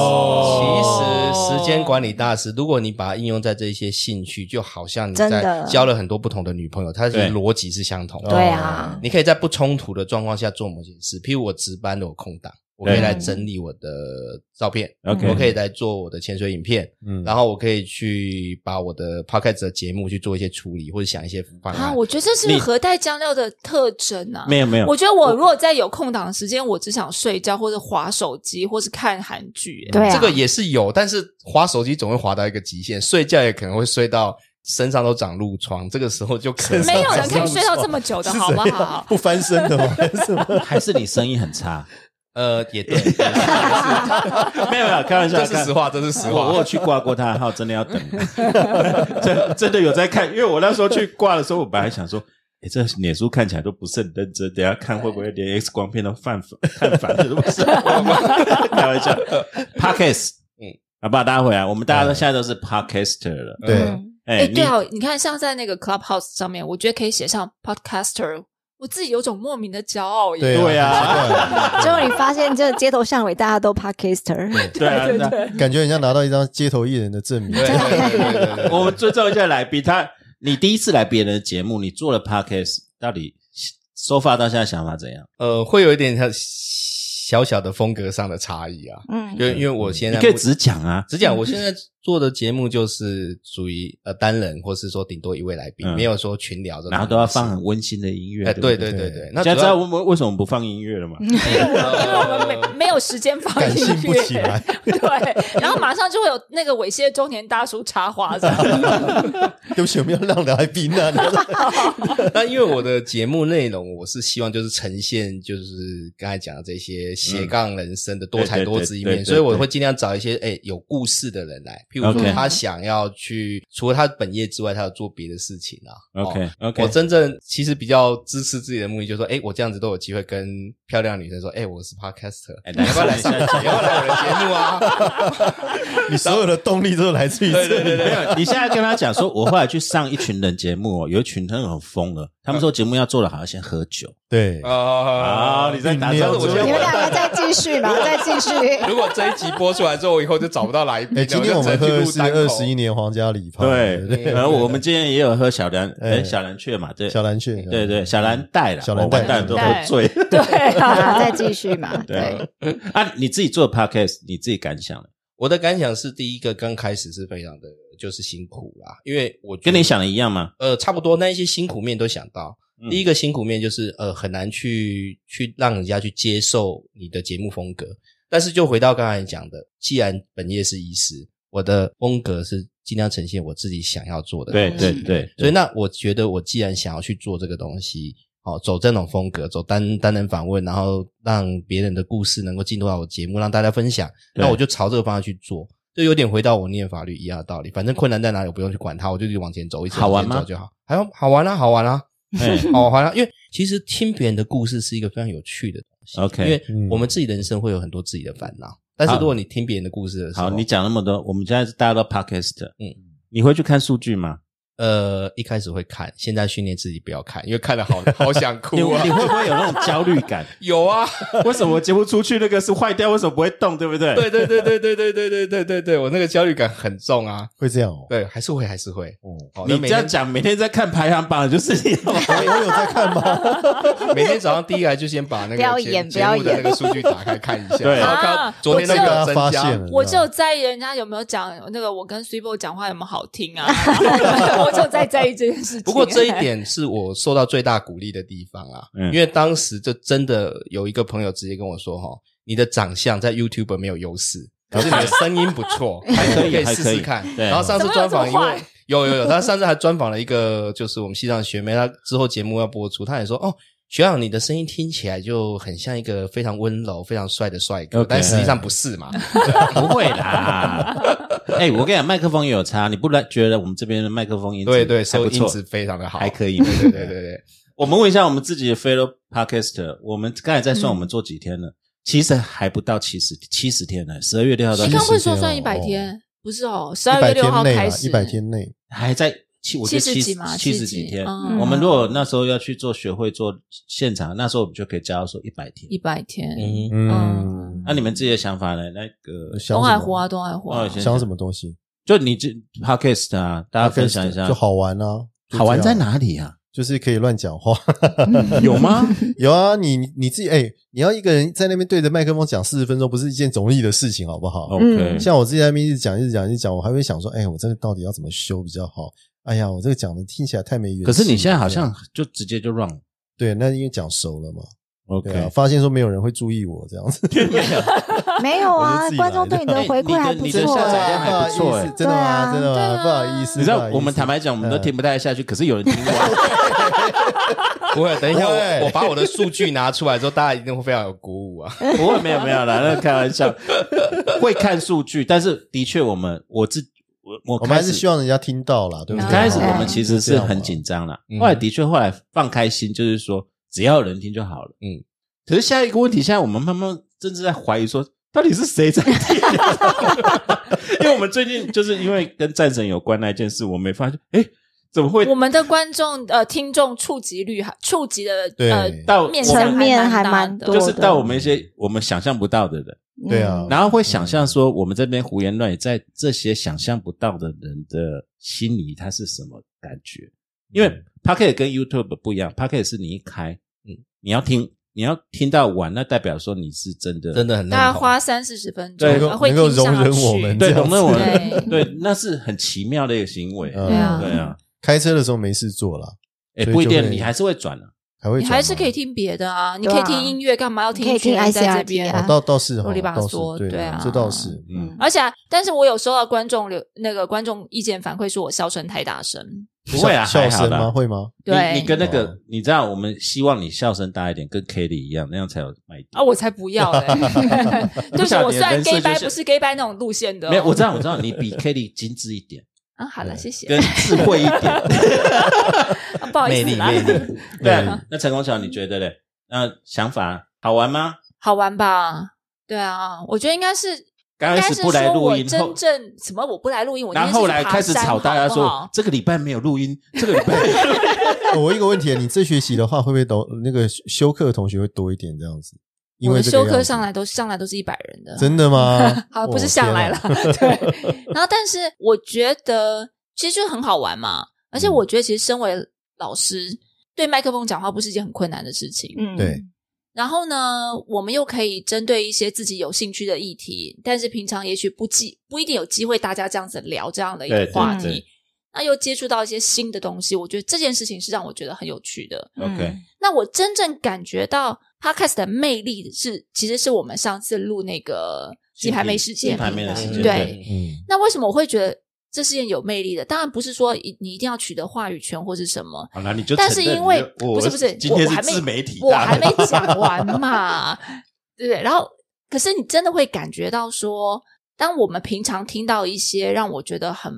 Speaker 4: 其实时间管理大师，如果你把它应用在这些兴趣，就好像你
Speaker 2: 真的
Speaker 4: 在交了很多不同的女朋友，它
Speaker 1: 对
Speaker 4: 是逻辑是相同的。
Speaker 2: 对啊
Speaker 4: 你可以在不冲突的状况下做某件事，譬如我值班的我空档，我可以来整理我的照片，
Speaker 1: OK
Speaker 4: 我可以来做我的潜水影片，
Speaker 5: 嗯，
Speaker 4: 然后我可以去把我的 podcast 的节目去做一些处理，或者想一些方
Speaker 3: 啊，
Speaker 4: 案。
Speaker 3: 我觉得这是
Speaker 1: 你
Speaker 3: 核带酱料的特征啊。
Speaker 1: 没有没有
Speaker 3: 我，觉得我如果在有空档的时间，我只想睡觉或者划手机，或是看韩剧。哎
Speaker 2: 对啊
Speaker 4: 这个也是有，但是滑手机总会滑到一个极限，睡觉也可能会睡到身上都长褥疮，这个时候就可能
Speaker 3: 欸 没有人可以睡到这么久的，好不
Speaker 5: 是怎样
Speaker 3: 好？
Speaker 5: 不翻身的吗？还是什么？
Speaker 4: 嗯
Speaker 1: 还是你生意很差？
Speaker 4: 呃，也对，也是
Speaker 1: 没有没有，开玩笑，
Speaker 4: 这是实话，这是实
Speaker 1: 我我
Speaker 4: 话
Speaker 1: 有。去挂过他的号，真的要等， 真真的有在看，因为我那时候去挂的时候，我本来想说。诶这脸书看起来都不是很认真，等一下看会不会连 X 光片都犯法看反了，不 是？开玩笑 p o d c a s t 嗯
Speaker 4: 嗯，哎
Speaker 1: 好不好？大家回来，我们大家都现在都是 podcaster 了。
Speaker 5: 对，
Speaker 2: 嗯，
Speaker 1: 哎
Speaker 3: 哎，对啊，你看像在那个 Clubhouse 上面，我觉得可以写上 podcaster，我自己有种莫名的骄傲耶。
Speaker 1: 对啊
Speaker 5: 奇怪
Speaker 2: 结果你发现这街头巷尾大家都 podcaster，
Speaker 1: 对啊，对啊
Speaker 5: 感觉人家拿到一张街头艺人的证明
Speaker 4: 对。对对对对对对
Speaker 1: 我们尊重一下来宾，他你第一次来别人的节目，你做了 podcast，到底收发到现在想法怎样？
Speaker 4: 呃，会有一点小小的风格上的差异啊，
Speaker 2: 嗯
Speaker 4: 因，为因为我现
Speaker 1: 你
Speaker 4: 在
Speaker 1: 可以只讲啊，
Speaker 4: 只讲，我现在做的节目就是属于呃单人，或是说顶多一位来宾，
Speaker 1: 嗯
Speaker 4: 没有说群聊这种东西，
Speaker 1: 然后都要放很温馨的音乐。
Speaker 4: 哎，
Speaker 1: 不
Speaker 4: 对对
Speaker 5: 对
Speaker 4: 对
Speaker 5: 对
Speaker 4: 对，那
Speaker 1: 现在
Speaker 4: 主
Speaker 1: 知道
Speaker 4: 要
Speaker 1: 我们为什么不放音乐了吗？
Speaker 3: 因为我因为我们没没有时间放
Speaker 5: 感
Speaker 3: 音
Speaker 5: 性不
Speaker 3: 乐，
Speaker 5: 起 来
Speaker 3: 对，然后马上就会有那个猥亵中年大叔插话这样。
Speaker 5: 对不起，我们要让来宾啊，
Speaker 4: 那因为我的节目内容，我是希望就是呈现就是刚才讲的这些斜杠人生的多才多姿一
Speaker 1: 对对对对
Speaker 4: 面，
Speaker 1: 对
Speaker 4: 所以我会尽量找一些哎有故事的人来，譬如
Speaker 1: OK
Speaker 4: 说他想要去除了他本业之外，他要做别的事情啊。
Speaker 1: OK，哎
Speaker 4: 哦
Speaker 1: OK
Speaker 4: 我真正其实比较支持自己的目的，就是说哎，我这样子都有机会跟漂亮女生说，哎，我是 podcaster，
Speaker 1: 哎
Speaker 4: 你要不要来上？
Speaker 1: 来上
Speaker 4: 你要不要来我的节目啊？
Speaker 5: 你所有的动力都来自于这里。
Speaker 1: 没有，你现在跟他讲说，我后来去上一群人节目哦，有一群人很疯了，他们说节目要做的好要先喝酒。
Speaker 5: 对，
Speaker 1: 啊
Speaker 4: 啊
Speaker 1: 你在打
Speaker 5: 招呼
Speaker 4: 我
Speaker 2: 你
Speaker 4: 先
Speaker 2: 们
Speaker 4: 问
Speaker 2: 两个再继续吧，再继续。
Speaker 4: 如果这一集播出来之后，我以后就找不到来宾了。
Speaker 5: 哎，今天我们喝
Speaker 4: 就
Speaker 5: 的是
Speaker 4: 直接去录单口
Speaker 5: 二十一年皇家礼炮，对，
Speaker 1: 然后我们今天也有喝小蓝，
Speaker 5: 哎
Speaker 1: 哎，小蓝雀嘛，对，
Speaker 5: 小蓝雀，
Speaker 1: 对对，小蓝带了，
Speaker 5: 小蓝
Speaker 1: 我
Speaker 5: 带
Speaker 1: 完蛋都喝醉。
Speaker 3: 对啊，
Speaker 2: 啊，再继续嘛，对，
Speaker 1: 对啊，你自己做 podcast，你自己感想呢
Speaker 4: 我的感想是，第一个刚开始是非常的就是辛苦啦，因为我觉得
Speaker 1: 跟你想的一样吗？
Speaker 4: 呃差不多，那一些辛苦面都想到。
Speaker 1: 嗯
Speaker 4: 第一个辛苦面就是呃很难去去让人家去接受你的节目风格，但是就回到刚才讲的，既然本业是医师，我的风格是尽量呈现我自己想要做的
Speaker 1: 对
Speaker 4: 东西。
Speaker 1: 对对，
Speaker 4: 所以那我觉得，我既然想要去做这个东西，哦，走这种风格，走单单人访问，然后让别人的故事能够进入到我节目，让大家分享，
Speaker 1: 对
Speaker 4: 那我就朝这个方向去做。就有点回到我念法律一样的道理，反正困难在哪里，我不用去管它，我就去往前走，一直
Speaker 1: 好玩
Speaker 4: 往前
Speaker 1: 吗
Speaker 4: 走就好。还有好玩啊，好玩啊，
Speaker 1: 哎
Speaker 4: 好玩啊！因为其实听别人的故事是一个非常有趣的东西。
Speaker 1: OK 嗯
Speaker 4: 因为我们自己人生会有很多自己的烦恼，但是如果你听别人的故事的时候，
Speaker 1: 好，你讲那么多，我们现在是大家都 podcast，嗯
Speaker 4: 嗯，
Speaker 1: 你会去看数据吗？
Speaker 4: 呃一开始会看，现在训练自己不要看，因为看了好好想 哭
Speaker 1: 你
Speaker 4: 啊
Speaker 1: 你。会不会有那种焦虑感？
Speaker 4: 有啊，
Speaker 1: 为什么我节目出去那个是坏掉，为什么不会动？对不对？
Speaker 4: 对对对对对对对对对对对，我那个焦虑感很重啊。
Speaker 5: 会这样哦。
Speaker 4: 对，还是会还是会。哦，那
Speaker 1: 你
Speaker 4: 每
Speaker 1: 这样
Speaker 4: 天
Speaker 1: 讲，每天在看排行榜就是你要
Speaker 5: 我我有在看吗？
Speaker 4: 每天早上第一来就先把那个
Speaker 2: 不要
Speaker 4: 节
Speaker 2: 演
Speaker 4: 节目
Speaker 2: 不要
Speaker 4: 的
Speaker 2: 演
Speaker 4: 那个数据打开看一下，
Speaker 1: 对
Speaker 4: 然后看
Speaker 3: 啊
Speaker 4: 昨天那
Speaker 5: 被大
Speaker 4: 个
Speaker 5: 家
Speaker 4: 增
Speaker 5: 发
Speaker 4: 加
Speaker 5: 现了，
Speaker 3: 我
Speaker 5: 这样
Speaker 3: 就在意人家有没有讲那个我跟 s u p e 讲话有没有好听啊，然后我我就在在意这件事情。
Speaker 4: 不过这一点是我受到最大鼓励的地方啊，
Speaker 1: 嗯
Speaker 4: 因为当时就真的有一个朋友直接跟我说：“哈，你的长相在 YouTube 没有优势，可是你的声音不 错，还
Speaker 1: 可以
Speaker 4: 可以
Speaker 1: 还
Speaker 4: 试
Speaker 1: 可
Speaker 4: 试
Speaker 1: 以
Speaker 4: 看。”
Speaker 1: 对
Speaker 4: 然后上次专访，
Speaker 3: 怎
Speaker 4: 因
Speaker 3: 么会有这么
Speaker 4: 为
Speaker 3: 坏
Speaker 4: 有有有，他上次还专访了一个就是我们西藏的学妹，她之后节目要播出，她也说：“哦，学长，你的声音听起来就很像一个非常温柔、非常帅的帅哥
Speaker 1: OK 嗯
Speaker 4: 但实际上不是嘛。”
Speaker 1: 不会啦。哎、我跟你讲，麦克风也有差，你不然觉得我们这边的麦克风音质
Speaker 4: 对 对，
Speaker 1: 还
Speaker 4: 收
Speaker 1: 不
Speaker 4: 音
Speaker 1: 错，
Speaker 4: 质非常的好，
Speaker 1: 还可以。
Speaker 4: 对对对对对，
Speaker 1: 我们问一下我们自己的 fellow podcaster，我们刚才在
Speaker 4: 嗯
Speaker 1: 算我们做几天了，其实还不到七十七十天呢，十二月六号到
Speaker 5: 你
Speaker 3: 你
Speaker 1: 现在
Speaker 3: 刚
Speaker 5: 看
Speaker 3: 会
Speaker 5: 会
Speaker 3: 说
Speaker 5: 说
Speaker 3: 算
Speaker 5: 算
Speaker 3: 一
Speaker 5: 100
Speaker 3: 百
Speaker 5: 天
Speaker 3: 天，不是哦，十
Speaker 5: 哦一
Speaker 3: 二
Speaker 5: 百
Speaker 3: 月六
Speaker 5: 天
Speaker 3: 号
Speaker 5: 内
Speaker 3: 开
Speaker 5: 啦，
Speaker 3: 始，
Speaker 5: 一百天内，
Speaker 1: 还在七，我觉得
Speaker 3: 70
Speaker 1: 七
Speaker 3: 几嘛
Speaker 1: 七十
Speaker 3: 70
Speaker 1: 几天。
Speaker 3: 嗯
Speaker 1: 我们如果那时候要去做学会做现场，那时候我们就可以加到说一百天
Speaker 3: 一。百天。
Speaker 4: 嗯。
Speaker 5: 嗯，
Speaker 1: 那、你们自己的想法呢？那个
Speaker 5: 呃想
Speaker 3: 东
Speaker 5: 什
Speaker 3: 海
Speaker 5: 么
Speaker 3: 湖啊，东海湖啊
Speaker 1: 哦，先
Speaker 5: 想什么东西？
Speaker 1: 就你这 podcast 啊，大家分享一下，
Speaker 5: 就好玩啊，就这样
Speaker 1: 好玩在？哪里啊？
Speaker 5: 就是可以乱讲话，
Speaker 1: 有吗？
Speaker 3: 嗯
Speaker 5: 有啊，你你自己哎、你要一个人在那边对着麦克风讲四十分钟，不是一件容易的事情，好不好？
Speaker 3: 嗯
Speaker 1: OK，
Speaker 5: 像我自己在那边一直讲，一直讲，一直讲，我还会想说，哎、我这个到底要怎么修比较好？哎呀，我这个讲的听起来太没元气了。
Speaker 1: 可是你现在好像
Speaker 5: 这样
Speaker 1: 就直接就 run 了
Speaker 5: 对，那因为讲熟了嘛，对啊，
Speaker 1: OK。
Speaker 5: 发现说没有人会注意我这样子，啊
Speaker 2: 没有
Speaker 5: 我就
Speaker 2: 啊
Speaker 5: 自，己来
Speaker 2: 观众对你的回馈还不
Speaker 1: 你的
Speaker 2: 错
Speaker 1: 下载
Speaker 2: 欸、
Speaker 1: 量还不错哎
Speaker 5: 好意思真的吗？
Speaker 2: 对啊
Speaker 5: 真的吗？不好意 思，
Speaker 1: 你知
Speaker 5: 不
Speaker 1: 道
Speaker 5: 好意思嗯
Speaker 1: 我们坦白讲，我们都听不太下去，可是有人听过。
Speaker 4: 不会，等一下
Speaker 5: 不会
Speaker 4: 我我把我的数据拿出来之后，大家一定会非常有鼓舞啊！
Speaker 1: 不会，没有没有啦，那开玩笑。 会看数据，但是的确，我们我自我我
Speaker 5: 我们还
Speaker 1: 开
Speaker 5: 是
Speaker 1: 始
Speaker 5: 希望人家听到啦，对
Speaker 1: 嗯
Speaker 5: 不
Speaker 1: 刚
Speaker 5: 对？
Speaker 1: 开始
Speaker 2: 对
Speaker 1: 我们其实是很紧张啦，后来的确后来放开心，就是说只要有人听就好了。嗯
Speaker 4: 嗯，
Speaker 1: 可是下一个问题，现在我们慢慢甚至在怀疑说，到底是谁在听？啊 因为我们最近就是因为跟战神有关那件事，我们也发现，哎，怎么会
Speaker 3: 我们的观众呃听众触及率还触及的
Speaker 5: 对
Speaker 3: 呃
Speaker 1: 到
Speaker 3: 面
Speaker 1: 我
Speaker 3: 向
Speaker 1: 们
Speaker 2: 面还
Speaker 3: 还蛮
Speaker 2: 蛮
Speaker 3: 大
Speaker 2: 多
Speaker 3: 的，
Speaker 1: 就是到我们一些我们想象不到的人，
Speaker 5: 对啊
Speaker 2: 嗯
Speaker 1: 然后会想象说，我们这边胡言乱语，在这些想象不到的人的心里，他是什么感觉？因为
Speaker 5: 嗯
Speaker 1: p o c k e t 跟 YouTube 不一样 p o c k e t 是你一开，嗯，你要听，你要听到完，那代表说你是真的，
Speaker 4: 真的很
Speaker 3: 大概
Speaker 4: 难
Speaker 3: 花三四十分钟
Speaker 1: 对，
Speaker 3: 呃会
Speaker 5: 能够
Speaker 3: 听下
Speaker 5: 容忍
Speaker 3: 去
Speaker 5: 我们
Speaker 1: 对，
Speaker 5: 这样
Speaker 1: 懂
Speaker 5: 子
Speaker 1: 那我
Speaker 3: 对
Speaker 1: 对，那是很奇妙的一个行为，
Speaker 5: 嗯
Speaker 1: 对
Speaker 3: 对啊
Speaker 1: 啊，
Speaker 5: 开车的时候没事做啦，
Speaker 1: 哎，
Speaker 5: 所以
Speaker 1: 不一
Speaker 5: 就
Speaker 1: 定，
Speaker 5: 会
Speaker 1: 你还是会转啊的，
Speaker 5: 还会
Speaker 3: 你还
Speaker 5: 转
Speaker 3: 是
Speaker 5: 吗
Speaker 3: 可以听别的啊，你
Speaker 2: 对
Speaker 3: 可
Speaker 2: 啊
Speaker 3: 以听音乐干嘛？要听
Speaker 2: 你可以听
Speaker 3: 音乐在这
Speaker 2: ICRT
Speaker 3: 边
Speaker 5: 哦
Speaker 2: 啊，
Speaker 5: 倒倒是哈
Speaker 3: 啰里，吧
Speaker 5: 倒是
Speaker 3: 嗦
Speaker 5: 对
Speaker 3: 对啊
Speaker 5: 这倒是
Speaker 1: 嗯，
Speaker 3: 而且啊，但是我有收到观众留那个观众意见反馈，说我笑声太大声。
Speaker 1: 不会啊，
Speaker 5: 笑
Speaker 1: 还
Speaker 5: 笑
Speaker 1: 好
Speaker 5: 声吗？
Speaker 1: 啦。
Speaker 5: 会 吗？
Speaker 3: 对
Speaker 1: 你你跟那个
Speaker 5: 哦，
Speaker 1: 你知道，我们希望你笑声大一点，跟 Kelly 一样，那样才有卖点。
Speaker 3: 啊，我才不要 嘞！对不起，我虽然 gay 掰，不是 gay 掰那种路线的哦。
Speaker 1: 没有，我知道，我知道，你 比 Kelly 精致一点，
Speaker 3: 啊，好了，谢谢
Speaker 1: 跟，智慧一点。
Speaker 3: 啊不好意思啦。
Speaker 1: 对啊，那陈功桥你觉得嘞？那想法好玩吗？
Speaker 3: 好玩吧？对啊，我觉得应该是，
Speaker 1: 刚
Speaker 3: 应
Speaker 1: 开
Speaker 3: 该
Speaker 1: 始
Speaker 3: 是
Speaker 1: 不来
Speaker 3: 说
Speaker 1: 录
Speaker 3: 我
Speaker 1: 音后
Speaker 3: 真，正什么？我不来录音，我
Speaker 1: 然后后来开始吵大家说这个礼拜没有录 音，这个礼拜没有录音
Speaker 5: 哦我有一个问题，你这学期的话，会不会都那个修课的同学会多一点这样子？因
Speaker 3: 我
Speaker 5: 为
Speaker 3: 的
Speaker 5: 这个样
Speaker 3: 修
Speaker 5: 子
Speaker 3: 课上来都上来都是一百人的，
Speaker 5: 真的吗
Speaker 3: ？好，不是上来了，
Speaker 1: 啊
Speaker 5: 哦
Speaker 3: 对。然后，但是我觉得其实就很好玩嘛，
Speaker 1: 嗯
Speaker 3: 而且我觉得其实身为老师，对麦克风讲话不是一件很困难的事情。
Speaker 2: 嗯
Speaker 5: 对，
Speaker 3: 然后呢，我们又可以针对一些自己有兴趣的议题，但是平常也许不机不一定有机会大家这样子聊这样的一个
Speaker 1: 对
Speaker 3: 话
Speaker 1: 对
Speaker 3: 题
Speaker 1: 对，
Speaker 3: 那又接触到一些新的东西，我觉得这件事情是让我觉得很有趣的。
Speaker 2: 嗯
Speaker 1: OK
Speaker 3: 那我真正感觉到 podcast 的魅力是，其实是我们上次录那个鸡排妹事件，
Speaker 1: 鸡排妹的事件，
Speaker 3: 对
Speaker 1: 对，
Speaker 5: 嗯，
Speaker 3: 那为什么我会觉得这事件有魅力的？当然不是说一你一定要取得话语权或是什么，
Speaker 1: 好了，你就承认
Speaker 3: 但是因为
Speaker 1: 你就我
Speaker 3: 不是不是，
Speaker 1: 今
Speaker 3: 我
Speaker 1: 天
Speaker 3: 我还
Speaker 1: 是
Speaker 3: 没
Speaker 1: 自媒体
Speaker 3: 我
Speaker 1: 大
Speaker 3: 还
Speaker 1: 会，
Speaker 3: 没 讲完嘛，对不对？然后，可是你真的会感觉到说，当我们平常听到一些让我觉得很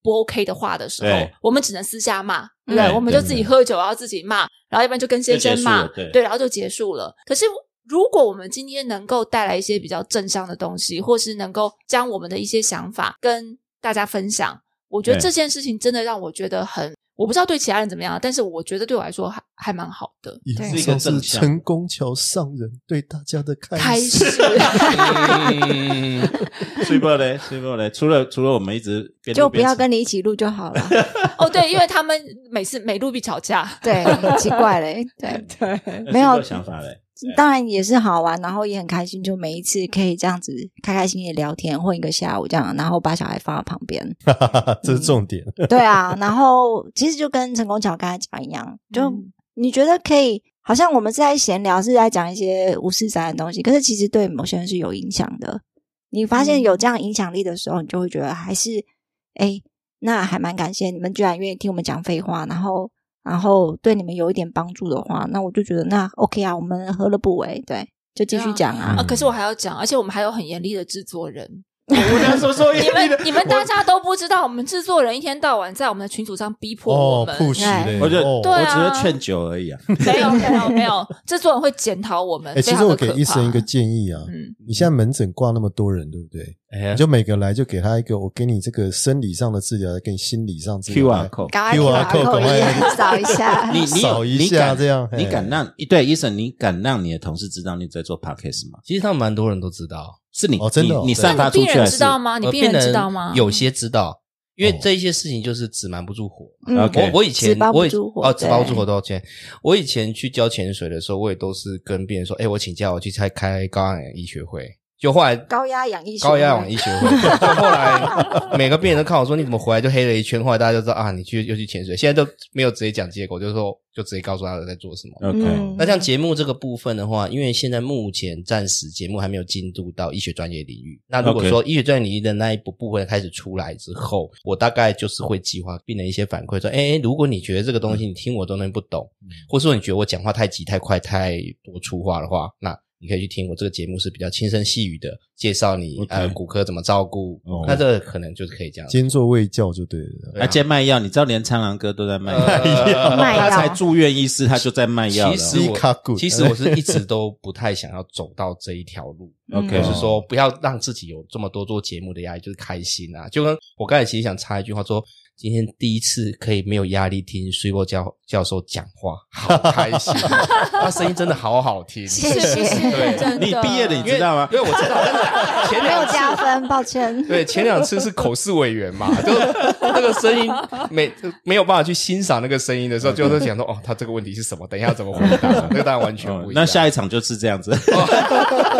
Speaker 3: 不 OK 的话的时候
Speaker 1: 对，
Speaker 3: 我们只能私下骂，对不
Speaker 1: 对
Speaker 3: 对？我们就
Speaker 1: 对
Speaker 3: 自己喝酒，然后自己骂，然后一般就跟先
Speaker 1: 就
Speaker 3: 生
Speaker 1: 结束了
Speaker 3: 骂，
Speaker 1: 对
Speaker 3: 对，然后就结束了。可是。如果我们今天能够带来一些比较正向的东西，或是能够将我们的一些想法跟大家分享，我觉得
Speaker 1: 对
Speaker 3: 这件事情真的让我觉得很，我不知道对其他人怎么样，但是我觉得对我来说还还蛮好的。
Speaker 5: 以
Speaker 2: 对
Speaker 1: 是一个
Speaker 5: 上
Speaker 1: 正
Speaker 5: 是
Speaker 1: 向
Speaker 5: 成功桥上人对大家的
Speaker 3: 开始，
Speaker 4: 嗯
Speaker 1: 睡不嘞，睡不嘞。除了除了我们一直边录
Speaker 2: 就不
Speaker 1: 边
Speaker 2: 要
Speaker 1: 吵
Speaker 2: 跟你一起录就好了。
Speaker 3: 哦，对，因为他们每次每路必吵架，
Speaker 2: 对，很奇怪嘞，对，
Speaker 3: 对，
Speaker 1: 那
Speaker 2: 没有
Speaker 1: 睡不的想法嘞，对
Speaker 2: 当然也是好啊玩，然后也很开心，就每一次可以这样子开开心心地聊天，混一个下午这样，然后把小孩放在旁边，
Speaker 5: 这是重点。
Speaker 3: 嗯
Speaker 2: 对啊，然后其实就跟陈功桥刚才讲一样，就
Speaker 3: 嗯
Speaker 2: 你觉得可以，好像我们是在闲聊，是在讲一些五四三的东西，可是其实对某些人是有影响的。你发现有这样影响力的时候，你就会觉得还是，哎、那还蛮感谢你们居然愿意听我们讲废话，然后然后对你们有一点帮助的话，那我就觉得那 OK 啊，我们何乐不为？对，就继续讲啊
Speaker 3: 啊！
Speaker 5: 嗯
Speaker 3: 可是我还要讲，而且我们还有很严厉的制 作人。
Speaker 1: 我那时候说
Speaker 3: 你们你们大
Speaker 1: 当
Speaker 3: 家都不知道，我们制作人一天到晚在我们的群组上逼迫我们，
Speaker 5: 哦
Speaker 3: 哎
Speaker 5: ，push
Speaker 2: 对
Speaker 5: 嘞，
Speaker 1: 我就
Speaker 5: 哦
Speaker 1: 我
Speaker 3: 对
Speaker 1: 只
Speaker 3: 啊
Speaker 1: 是劝酒而已啊。
Speaker 3: 没有没有没有，制作人会检讨我们。
Speaker 5: 哎，其
Speaker 3: 非
Speaker 5: 实
Speaker 3: 常
Speaker 5: 我
Speaker 3: 的
Speaker 5: 给
Speaker 3: 可
Speaker 5: 医生
Speaker 3: 怕
Speaker 5: 一个建议啊，
Speaker 3: 嗯，
Speaker 5: 你现在门诊挂那么多人，对不对？
Speaker 1: 哎呀
Speaker 5: 你就每个来就给他一个，我给你这个生理上的治疗，给你心理上治疗
Speaker 1: QR code，。
Speaker 2: 赶快 QR
Speaker 5: QR code，
Speaker 2: code 一
Speaker 5: 赶快
Speaker 2: 样扫一下
Speaker 1: 你你有
Speaker 5: 扫一
Speaker 1: 你
Speaker 5: 下
Speaker 1: 敢
Speaker 5: 这样哎
Speaker 1: 你
Speaker 5: 嘿
Speaker 1: 敢让对医生，你敢让你的同事知道你在做 podcast 吗？
Speaker 4: 其实他们蛮多人都知道，
Speaker 1: 是你
Speaker 5: 哦真的哦
Speaker 1: 你你
Speaker 5: 对
Speaker 1: 散发
Speaker 3: 那
Speaker 1: 出
Speaker 3: 你
Speaker 1: 去
Speaker 3: 病
Speaker 1: 还
Speaker 3: 人
Speaker 1: 是
Speaker 3: 知道吗？啊你
Speaker 4: 呃
Speaker 3: 病人知道吗？
Speaker 4: 有些知道，因为
Speaker 5: 哦
Speaker 4: 这一些事情就是纸瞒不住火。
Speaker 2: 嗯
Speaker 1: OK
Speaker 4: 我我以前
Speaker 2: 纸包不
Speaker 4: 我以
Speaker 2: 住火
Speaker 4: 哦，纸包不住
Speaker 2: 对
Speaker 4: 火多少钱？我以前去教潜水的时候，我也都是跟病人说，哎，我请假，我去开开高氧医学会。就后来
Speaker 2: 高压氧医学
Speaker 4: 高压
Speaker 2: 会
Speaker 4: 氧医学 会，就后来每个病人都看我说你怎么回来就黑了一圈，后来大家就知道啊，你去又去潜水。现在都没有直接讲结果，就说就直接告诉他在做什么。
Speaker 3: 嗯
Speaker 2: 嗯
Speaker 1: ？OK，
Speaker 4: 那像节目这个部分的话，因为现在目前暂时节目还没有进度到医学专业领域。那如果
Speaker 1: OK
Speaker 4: 说医学专业领域的那一部部分开始出来之后，我大概就是会计划病人一些反馈说，哎，如果你觉得这个东西
Speaker 1: 嗯
Speaker 4: 你听我都能不懂，或者说你觉得我讲话太急太快太多粗话的话，那你可以去听我这个节目是比较轻声细语的，介绍你
Speaker 1: OK
Speaker 4: 呃骨科怎么照顾
Speaker 1: 哦。
Speaker 4: 那这个可能就是可以这样。
Speaker 5: 兼做卫教就对了。
Speaker 4: 对啊
Speaker 1: 而且卖药，你知道连苍狼哥都在卖药，
Speaker 4: 呃
Speaker 2: 卖药
Speaker 1: 他才住院医师，他就在卖药了。
Speaker 4: 其实
Speaker 5: 西卡
Speaker 4: 我
Speaker 5: 骨
Speaker 4: 其实我是一直都不太想要走到这一条 路。
Speaker 1: OK，
Speaker 4: 就
Speaker 5: 嗯
Speaker 4: 是说不要让自己有这么多做节目的压力，就是开心啊。就跟我刚才其实想插一句话说，今天第一次可以没有压力听 s u p 教教授讲话，好开心啊、他声音真的好好听。
Speaker 2: 谢
Speaker 3: 是是是，
Speaker 4: 对
Speaker 3: 真
Speaker 1: 你
Speaker 3: 的
Speaker 1: 毕业了，你知道吗
Speaker 4: 因？为我知道真的前
Speaker 2: 没有
Speaker 4: 两次
Speaker 2: 加分，抱歉。
Speaker 4: 对前两次是口试委员嘛，就那个声音没没有办法去欣赏那个声音的时候，就是想说哦，他这个问题是什么？等一下怎么回答？那个当然完全
Speaker 1: 哦
Speaker 4: 不一样。
Speaker 1: 那下一场就是这样子。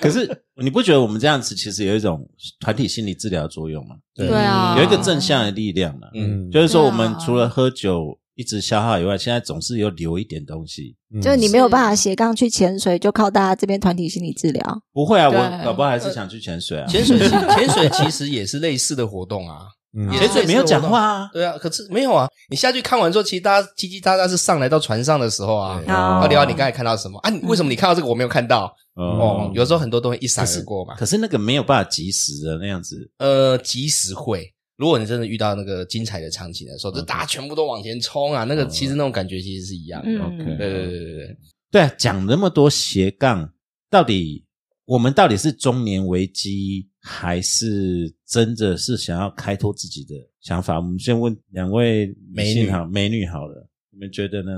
Speaker 1: 可是你不觉得我们这样子其实有一种团体心理治疗作用吗？
Speaker 4: 对
Speaker 3: 对啊，
Speaker 1: 嗯有一个正向的力量嘛。
Speaker 4: 嗯。
Speaker 1: 就是说，我们
Speaker 3: 对啊
Speaker 1: 除了喝酒一直消耗以外，现在总是有留一点东西。
Speaker 5: 嗯
Speaker 2: 就是你没有办法斜杠去潜水，就靠大家这边团体心理治疗。
Speaker 1: 不会啊，
Speaker 3: 对
Speaker 1: 我搞不好还是想去潜水啊。
Speaker 4: 潜水其，潜水其实也是类似的活动啊。
Speaker 5: 嗯
Speaker 3: 也
Speaker 1: 潜水没有讲话啊，
Speaker 4: 对啊，可是没有啊。你下去看完之后，其实大家叽叽喳喳是上来到船上的时候啊，
Speaker 5: 对
Speaker 2: 哦
Speaker 4: 要聊你刚才看到什么啊？你为什么你看到这个我没有看到？哦
Speaker 1: 哦，，
Speaker 4: 有时候很多东西一闪而过嘛。
Speaker 1: 可是那个没有办法及时的那样子，
Speaker 4: 呃，及时会，如果你真的遇到那个精彩的场景的时候，
Speaker 1: 嗯
Speaker 4: 就大家全部都往前冲啊，那个其实那种感觉其实是一样的。
Speaker 1: OK
Speaker 2: 嗯，
Speaker 4: 对对对对对，
Speaker 1: 对啊，讲那么多斜杠，到底我们到底是中年危机，还是真的是想要开拓自己的想法？我们先问两位
Speaker 4: 美
Speaker 1: 女
Speaker 4: 女
Speaker 1: 性好美女好了，你们觉得呢？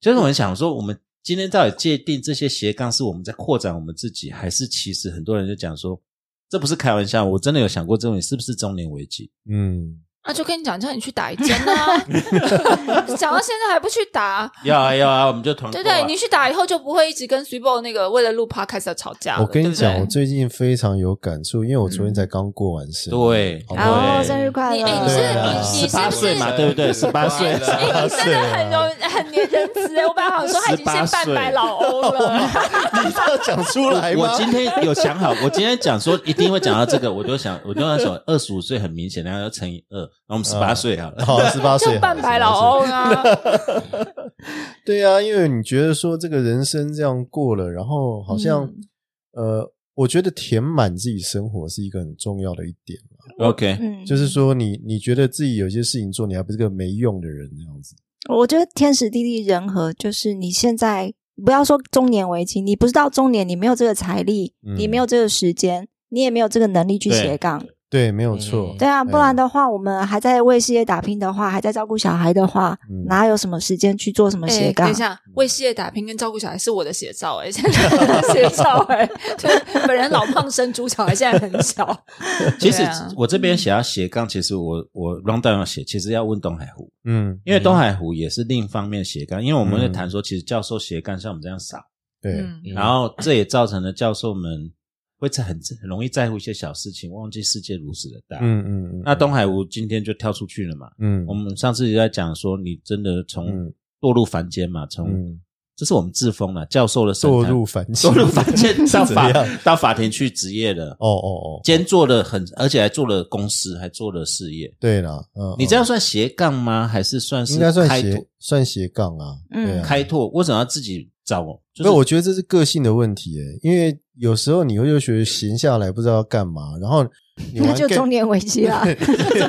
Speaker 1: 就是我们想说，我们今天到底界定这些斜杠是我们在扩展我们自己，还是其实很多人就讲说，这不是开玩笑，我真的有想过这种，你是不是中年危 机？
Speaker 5: 嗯，
Speaker 3: 那啊就跟你讲，叫你去打一针 啊！讲到现在还不去打，
Speaker 1: 要啊要啊，我们就团
Speaker 3: 对
Speaker 1: 购
Speaker 3: 不对？
Speaker 1: 啊
Speaker 3: 你去打以后就不会一直跟 s u p o 那个为了录 podcast 而吵架了。
Speaker 5: 我跟你讲，我
Speaker 3: 对不对
Speaker 5: 最近非常有感触，因为我昨天才刚过完生，
Speaker 1: 嗯对
Speaker 5: 好不
Speaker 2: 然
Speaker 5: 好，
Speaker 2: 后哦生日快
Speaker 3: 你
Speaker 2: 乐！
Speaker 3: 哎你是
Speaker 5: 对啊
Speaker 3: 你你是
Speaker 1: 18
Speaker 3: 不
Speaker 1: 呃岁
Speaker 3: 是
Speaker 1: 嘛，对不对？十八岁，
Speaker 3: 哎，你真的很容很年仁慈哎！我本来想说他已经先
Speaker 1: 18
Speaker 3: 半
Speaker 1: 岁
Speaker 3: 百老欧 了，
Speaker 5: 你要讲出来
Speaker 1: 我
Speaker 5: 吗？
Speaker 1: 今天有想好，我今天讲说一定会讲到这个，我就想， 我就在想，二十五岁很明显，然后要乘以二，然后我
Speaker 5: 啊
Speaker 1: 们十八岁好了。
Speaker 5: 好，十八岁
Speaker 3: 就
Speaker 5: 好
Speaker 3: 半百老
Speaker 5: 18岁
Speaker 3: 欧啊！
Speaker 5: 对啊，因为你觉得说这个人生这样过了，然后好像、
Speaker 3: 嗯
Speaker 5: 呃，我觉得填满自己生活是一个很重要的一点，
Speaker 1: OK，
Speaker 2: 嗯，
Speaker 5: 就是说你你觉得自己有些事情做，你还不是个没用的人这样子。
Speaker 2: 我觉得天时地利人和，就是你现在不要说中年危机，你不是到中年，你没有这个财力，
Speaker 5: 嗯
Speaker 2: 你没有这个时间，你也没有这个能力去
Speaker 1: 对
Speaker 2: 斜杠。
Speaker 5: 对，没有错。
Speaker 4: 嗯
Speaker 2: 对啊，不然的话，我们还在为事业打拼的话，还在照顾小孩的话，
Speaker 5: 嗯
Speaker 2: 哪有什么时间去做什么斜
Speaker 3: 哎，
Speaker 2: 杠
Speaker 3: 等一？下，为事业打拼跟照顾小孩是我的写照 哎，现在的写照哎，就是本人老胖生猪小孩，现在很小。
Speaker 1: 其实
Speaker 3: 对啊
Speaker 1: 我这边写要斜杠，其实我我 round down 要写，其实要问东海湖，
Speaker 5: 嗯
Speaker 1: 因为东海湖也是另一方面斜杠，因为我们会谈说，其实教授斜杠像我们这样少，
Speaker 5: 对，
Speaker 3: 嗯
Speaker 1: 然后这也造成了教授们会在很很容易在乎一些小事情，忘记世界如此的大。
Speaker 5: 嗯嗯嗯，
Speaker 1: 那东海吴今天就跳出去了嘛？
Speaker 5: 嗯
Speaker 1: 我们上次也在讲说，你真的从
Speaker 5: 嗯
Speaker 1: 堕入凡间嘛，从
Speaker 5: 嗯
Speaker 1: 这是我们自封了，教授的身
Speaker 5: 堕
Speaker 1: 份
Speaker 5: 入凡间，
Speaker 1: 堕入凡 间，到
Speaker 5: 怎么样
Speaker 1: 法到法庭去职业了，
Speaker 5: 哦哦哦，
Speaker 1: 兼做了很，而且还做了公司，还做了事业。
Speaker 5: 对啦，嗯，
Speaker 1: 你这样
Speaker 5: 嗯
Speaker 1: 算斜杠吗？还是算是
Speaker 5: 应该算
Speaker 1: 开拓
Speaker 5: 斜算斜杠啊，
Speaker 2: 嗯
Speaker 5: 对啊
Speaker 1: 开拓？为什么要自己找？就
Speaker 5: 没
Speaker 1: 是
Speaker 5: 有，我觉得这是个性的问题诶，因为有时候你会就觉得闲下来不知道要干嘛，然后你
Speaker 2: 那
Speaker 5: 玩
Speaker 2: 就
Speaker 5: game-
Speaker 2: 中年危机 啦。
Speaker 1: 等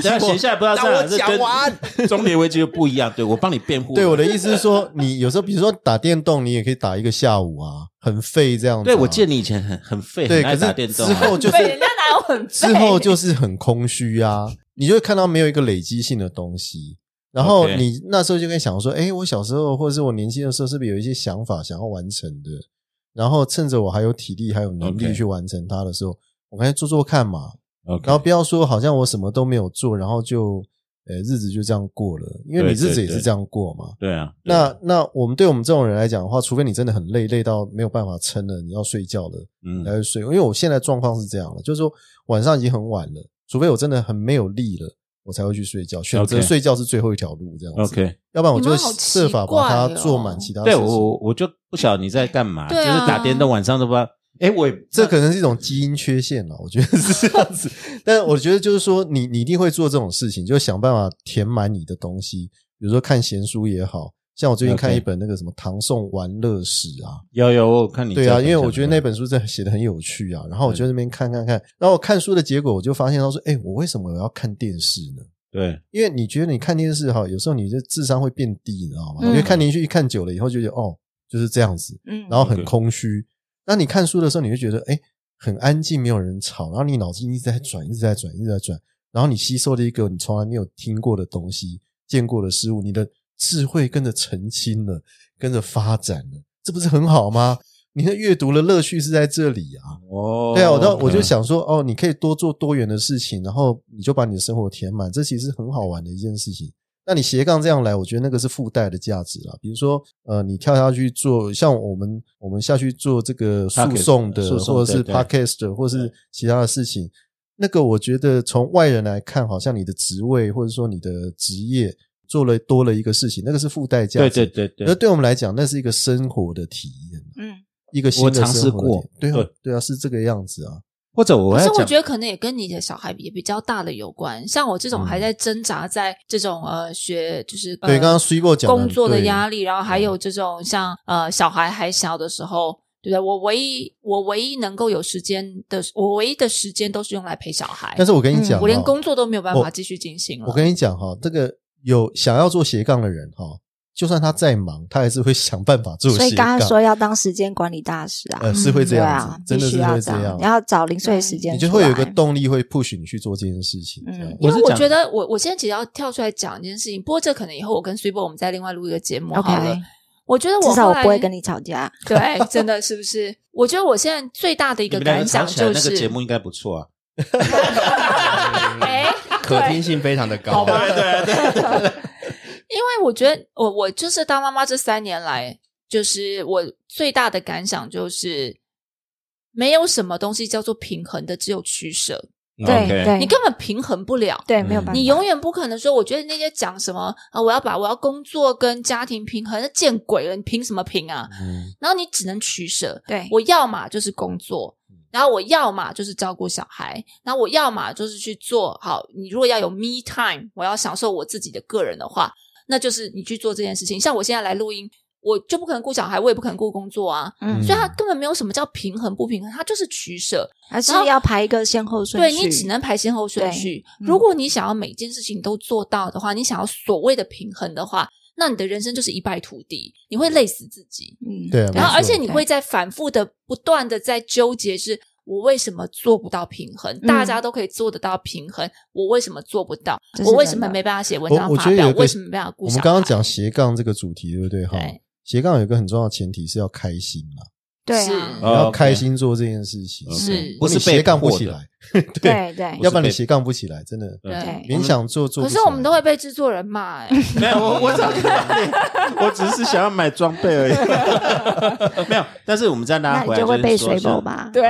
Speaker 1: 一下闲下来不知道在
Speaker 4: 让
Speaker 1: 哪，
Speaker 4: 我讲完
Speaker 1: 这跟中年危机又不一样。对我帮你辩护，
Speaker 5: 对我的意思是说，你有时候比如说打电动，你也可以打一个下午啊，很废这样子啊、
Speaker 1: 对我记得你以前很很废，
Speaker 5: 对，
Speaker 1: 很
Speaker 5: 可
Speaker 1: 爱打
Speaker 5: 是
Speaker 1: 电动
Speaker 5: 之
Speaker 1: 啊。
Speaker 5: 后就是
Speaker 3: 对，人家哪有很
Speaker 5: 之后就是很空虚啊，你就会看到没有一个累积性的东西。然后
Speaker 1: OK
Speaker 5: 你那时候就跟想说，哎，我小时候或者是我年轻的时候，是不是有一些想法想要完成的？然后趁着我还有体力还有能力
Speaker 1: OK
Speaker 5: 去完成它的时候，我赶紧做做看嘛。
Speaker 1: OK
Speaker 5: 然后不要说好像我什么都没有做，然后就呃日子就这样过了，因为
Speaker 1: 对
Speaker 5: 你日子
Speaker 1: 对
Speaker 5: 也是
Speaker 1: 对
Speaker 5: 这样过嘛。
Speaker 1: 对啊，
Speaker 5: 那那我们对我们这种人来讲的话，除非你真的很累，累到没有办法撑了，你要睡觉了，
Speaker 1: 嗯
Speaker 5: 你才会睡。因为我现在状况是这样的，就是说晚上已经很晚了，除非我真的很没有力了，我才会去睡觉。选择
Speaker 1: OK
Speaker 5: 睡觉是最后一条路，这样子。
Speaker 1: OK，
Speaker 5: 要不然我就会
Speaker 3: 你们好奇
Speaker 5: 设法把它
Speaker 3: 怪哦
Speaker 5: 做满其他事
Speaker 1: 对
Speaker 5: 情。
Speaker 1: 我我就不晓得你在干嘛，就
Speaker 3: 对
Speaker 1: 是
Speaker 3: 啊
Speaker 1: 打电动，晚上都不知道。哎，我也
Speaker 5: 这可能是一种基因缺陷了，我觉得是这样子。但是我觉得就是说你，你一定会做这种事情，就想办法填满你的东西，比如说看闲书也好。像我最近看
Speaker 1: OK 一
Speaker 5: 一本那个什么《唐宋玩乐史》啊，
Speaker 1: 有有我有看你
Speaker 5: 对
Speaker 1: 在
Speaker 5: 啊，
Speaker 1: 分
Speaker 5: 因为
Speaker 1: 享
Speaker 5: 我觉得
Speaker 1: 过
Speaker 5: 那本书真的写的很有趣啊。然后我就在那边看看看，然后我看书的结果，我就发现他说：“哎，我为什么我要看电视呢？
Speaker 1: 对
Speaker 5: 因为你觉得你看电视哈，有时候你的智商会变低，你知道吗？
Speaker 2: 嗯
Speaker 5: 因为看连续剧看久了以后，就觉得哦就是这样子，
Speaker 2: 嗯，
Speaker 5: 然后很
Speaker 1: OK
Speaker 5: 空虚。那你看书的时候，你就觉得哎、诶很安静，没有人吵，然后你脑筋一直在转，一直在转，一直在转，然后你吸收了一个你从来没有听过的东西，见过的事物，你的智慧跟着澄清了，跟着发展了，这不是很好吗？你的阅读的乐趣是在这里啊。
Speaker 1: 哦，
Speaker 5: 对啊，我到我就
Speaker 1: 嗯
Speaker 5: 想说，哦，你可以多做多元的事情，然后你就把你的生活填满，这其实很好玩的一件事情。那你斜杠这样来，我觉得那个是附带的价值啦。比如说，呃，你跳下去做，像我们我们下去做这个诉讼的
Speaker 1: Podcast，诉，讼
Speaker 5: 或者是
Speaker 1: 对对
Speaker 5: podcast，的或是其他的事情，那个我觉得从外人来看，好像你的职位或者说你的职业做了多了一个事情，那个是附带价值。
Speaker 1: 对对对对，
Speaker 5: 而对我们来讲，那是一个生活的体验。啊
Speaker 2: 嗯，
Speaker 5: 一个新的
Speaker 1: 我尝试
Speaker 5: 生活
Speaker 1: 过
Speaker 5: 点对啊
Speaker 1: 对，
Speaker 5: 对啊，是这个样子啊。
Speaker 1: 或者我
Speaker 3: 可
Speaker 1: 要
Speaker 3: 是我
Speaker 1: 讲
Speaker 3: 觉得可能也跟你的小孩也比较大的有关，像我这种还在挣扎在这种、呃学就是、
Speaker 5: 嗯
Speaker 3: 呃、
Speaker 5: 对，刚刚 s u 讲得
Speaker 3: 工作的
Speaker 5: 对嗯
Speaker 3: 压力，然后还有这种像呃小孩还小的时候，对不对？我唯一我唯一能够有时间的，我唯一的时间都是用来陪小孩
Speaker 5: 但，是我跟你
Speaker 2: 嗯
Speaker 5: 讲哈，
Speaker 3: 我连工作都没有办法
Speaker 5: 我
Speaker 3: 继续进行了。
Speaker 5: 我跟你讲哈，这个有想要做斜杠的人哈，就算他再忙，他还是会想办法做
Speaker 2: 所以
Speaker 5: 斜
Speaker 2: 刚
Speaker 5: 杠
Speaker 2: 刚。说要当时间管理大师啊，
Speaker 3: 嗯
Speaker 5: 呃，是会这
Speaker 2: 对
Speaker 5: 样子
Speaker 2: 啊，，
Speaker 5: 真的
Speaker 2: 必须
Speaker 5: 是
Speaker 2: 要
Speaker 5: 会
Speaker 2: 这
Speaker 5: 这
Speaker 2: 你要找零碎时间
Speaker 5: 你
Speaker 2: 出
Speaker 5: 就
Speaker 2: 来，
Speaker 5: 会有一个动力会 push 你去做这件事情。
Speaker 2: 嗯
Speaker 5: 这样
Speaker 1: 我
Speaker 3: 因为
Speaker 1: 是
Speaker 3: 我
Speaker 1: 讲
Speaker 3: 觉得我我现在只要跳出来讲一件事情，不过这可能以后我跟随波我们再另外录一个节目好了。
Speaker 2: OK，
Speaker 3: 我觉得我
Speaker 2: 至少
Speaker 3: 后
Speaker 2: 我
Speaker 3: 来
Speaker 2: 不会跟你吵架。
Speaker 3: 对， 真的是不是？我觉得我现在最大的一
Speaker 1: 你
Speaker 3: 个
Speaker 1: 们两
Speaker 3: 感
Speaker 1: 个吵
Speaker 3: 想
Speaker 1: 起来
Speaker 3: 就
Speaker 1: 那
Speaker 3: 是
Speaker 1: 个节目应该不错啊，
Speaker 3: 哎，
Speaker 4: 可听性非常的高。
Speaker 1: 对对，
Speaker 3: 因为我觉得我我就是当妈妈这三年来，就是我最大的感想就是，没有什么东西叫做平衡的，只有取舍。
Speaker 4: 嗯
Speaker 2: 对
Speaker 1: OK
Speaker 2: 对，
Speaker 3: 你根本平衡不了，
Speaker 2: 对没有
Speaker 1: 嗯
Speaker 2: 办法，
Speaker 3: 你永远不可能说，我觉得那些讲什么啊，我要把我要工作跟家庭平衡，那见鬼了，你凭什么平啊？
Speaker 5: 嗯
Speaker 3: 然后你只能取舍，
Speaker 2: 对
Speaker 3: 我要嘛就是工作，
Speaker 2: 嗯
Speaker 3: 然后我要嘛就是照顾小孩，然后我要嘛就是去做好。你如果要有 me time，我要享受我自己的个人的话，那就是你去做这件事情。像我现在来录音，我就不可能顾小孩，我也不可能顾工作啊，
Speaker 2: 嗯
Speaker 3: 所以它根本没有什么叫平衡不平衡，它就是取舍。
Speaker 2: 还是
Speaker 3: 然后
Speaker 2: 要排一个先后顺
Speaker 3: 对
Speaker 2: 序，
Speaker 3: 你只能排先后顺
Speaker 2: 对
Speaker 3: 序。
Speaker 2: 嗯
Speaker 3: 如果你想要每件事情都做到的话，你想要所谓的平衡的话，那你的人生就是一败涂地，你会累死自己。
Speaker 2: 嗯
Speaker 5: 对啊
Speaker 3: 然
Speaker 5: 没错
Speaker 3: 后，而且你会在反复的、不断的在纠结是，我为什么做不到平衡？
Speaker 2: 嗯
Speaker 3: 大家都可以做得到平衡，我为什么做不到？
Speaker 2: 这是
Speaker 3: 我为什
Speaker 2: 真
Speaker 3: 么
Speaker 2: 的
Speaker 3: 没办法写文
Speaker 5: 我
Speaker 3: 章
Speaker 5: 我
Speaker 3: 发
Speaker 5: 觉得
Speaker 3: 表？
Speaker 5: 有一
Speaker 3: 我为
Speaker 5: 个
Speaker 3: 什么没办法顾
Speaker 5: 我
Speaker 3: 小
Speaker 5: 们刚刚
Speaker 3: 孩
Speaker 5: 讲斜杠这个主题，对不对？哈
Speaker 3: 对，
Speaker 5: 斜杠有一个很重要的前提是要开心啦。
Speaker 2: 对
Speaker 3: 是
Speaker 2: 啊，
Speaker 5: 你要
Speaker 1: 哦
Speaker 5: 开心做这件事情，
Speaker 1: OK
Speaker 3: 是
Speaker 5: 不
Speaker 1: 不
Speaker 5: 是
Speaker 1: 是
Speaker 5: 斜
Speaker 1: 被
Speaker 5: 杠不
Speaker 1: 迫
Speaker 5: 起
Speaker 1: 的
Speaker 5: 来，
Speaker 3: 啊
Speaker 2: 对对
Speaker 1: 不
Speaker 5: 要不然你
Speaker 1: 被嗯
Speaker 5: 斜杠不起来，真的
Speaker 1: 对
Speaker 3: 对
Speaker 5: 勉强做做不
Speaker 3: 可
Speaker 5: 起
Speaker 3: 是
Speaker 5: 来。
Speaker 3: 我们都会被制作人 骂、欸，
Speaker 1: 没有，我我早就告诉你， 我只是想要买装备而已。没有，但是我们再拉回
Speaker 2: 那
Speaker 4: 啊
Speaker 2: 你
Speaker 1: 来
Speaker 2: 就会被
Speaker 1: 是说
Speaker 2: 水
Speaker 1: 像
Speaker 2: 某吧？
Speaker 3: 对，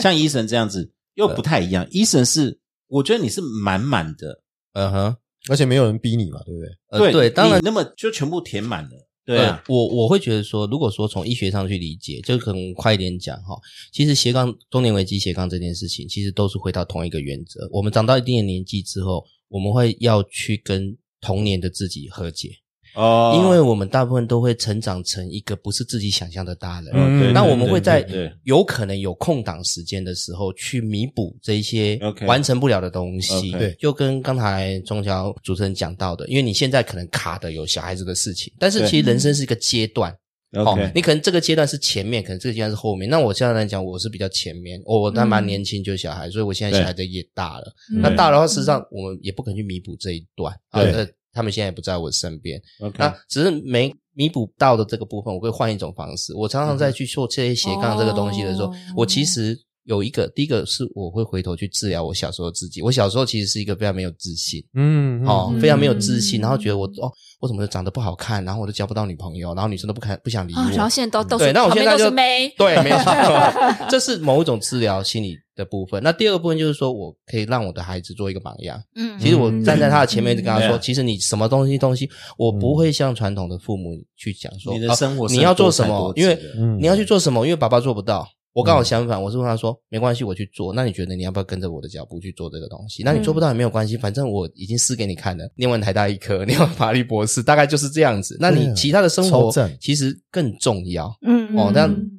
Speaker 1: 像医生这样子又不太一样。医生是，我觉得你是满满的，
Speaker 4: 嗯哼，
Speaker 5: 而且没有人逼你嘛，对不对？
Speaker 4: 呃对，当然
Speaker 1: 你那么就全部填满了。对啊，
Speaker 4: 呃我我会觉得说，如果说从医学上去理解，就可能快一点讲哈。其实斜杠中年危机斜杠这件事情，其实都是回到同一个原则。我们长到一定的年纪之后，我们会要去跟童年的自己和解，
Speaker 1: 哦
Speaker 4: 因为我们大部分都会成长成一个不是自己想象的大人。
Speaker 1: 嗯对
Speaker 4: 那我们
Speaker 1: 对
Speaker 4: 会
Speaker 1: 对
Speaker 4: 在
Speaker 1: 对
Speaker 4: 有可能有空档时间的时候，去弥补这一些
Speaker 1: OK
Speaker 4: 完成不了的东
Speaker 1: OK
Speaker 4: 西。
Speaker 5: 对
Speaker 4: 就跟刚才钟晓主持人讲到的，因为你现在可能卡的有小孩子的事情，但是
Speaker 1: 对
Speaker 4: 其实人生是一个阶段。好、
Speaker 1: OK，
Speaker 4: 你可能这个阶段是前面，可能这个阶段是后面。那我现在来讲，我是比较前面，我我还蛮
Speaker 3: 嗯
Speaker 4: 年轻就有小孩，所以我现在小孩子也大了。
Speaker 1: 嗯
Speaker 4: 那大了的话，事实上我们也不可能去弥补这一段啊。
Speaker 1: 对
Speaker 4: 呃他们现在也不在我身边，
Speaker 1: OK，
Speaker 4: 那只是没弥补到的这个部分，我会换一种方式。我常常在去做这些斜杠这个东西的时候，
Speaker 3: 嗯哦
Speaker 4: 我其实有一个，第一个是我会回头去治疗我小时候自己。我小时候其实是一个非常没有自信，
Speaker 5: 嗯，
Speaker 4: 哦，
Speaker 5: 嗯
Speaker 4: 非常没有自信，
Speaker 3: 嗯
Speaker 4: 然后觉得我哦，我怎么长得不好看，然后我都交不到女朋友，然后女生都不看不想理我。
Speaker 3: 啊，然后现在到
Speaker 4: 嗯
Speaker 3: 到
Speaker 4: 对，那我现在
Speaker 3: 都
Speaker 4: 就是
Speaker 3: 妹，
Speaker 4: 对，没错，这是某一种治疗心理的部分。那第二个部分就是说我可以让我的孩子做一个榜样。
Speaker 3: 嗯
Speaker 4: 其实我站在他的前面，就跟他
Speaker 1: 对
Speaker 4: 说，
Speaker 1: 啊
Speaker 4: 其实你什么东西东西，我不会像传统的父母去讲说，
Speaker 1: 你的
Speaker 4: 啊
Speaker 1: 生活是
Speaker 4: 你要做什
Speaker 1: 多
Speaker 4: 么
Speaker 1: 才多，啊
Speaker 4: 因为
Speaker 1: 姿的
Speaker 5: 嗯
Speaker 4: 你要去做什么，因为爸爸做不到。我刚好相反，我是问他说，没关系，我去做。那你觉得你要不要跟着我的脚步去做这个东西？那你做不到也没有关系，反正我已经试给你看了。念完台大医科，念完法律博士，大概就是这样子。那
Speaker 5: 对
Speaker 4: 你
Speaker 5: 啊
Speaker 4: 其他的生
Speaker 5: 超
Speaker 4: 活
Speaker 5: 赞
Speaker 4: 其实更重要。
Speaker 2: 嗯，
Speaker 4: 哦
Speaker 2: 嗯
Speaker 4: 那样
Speaker 2: 嗯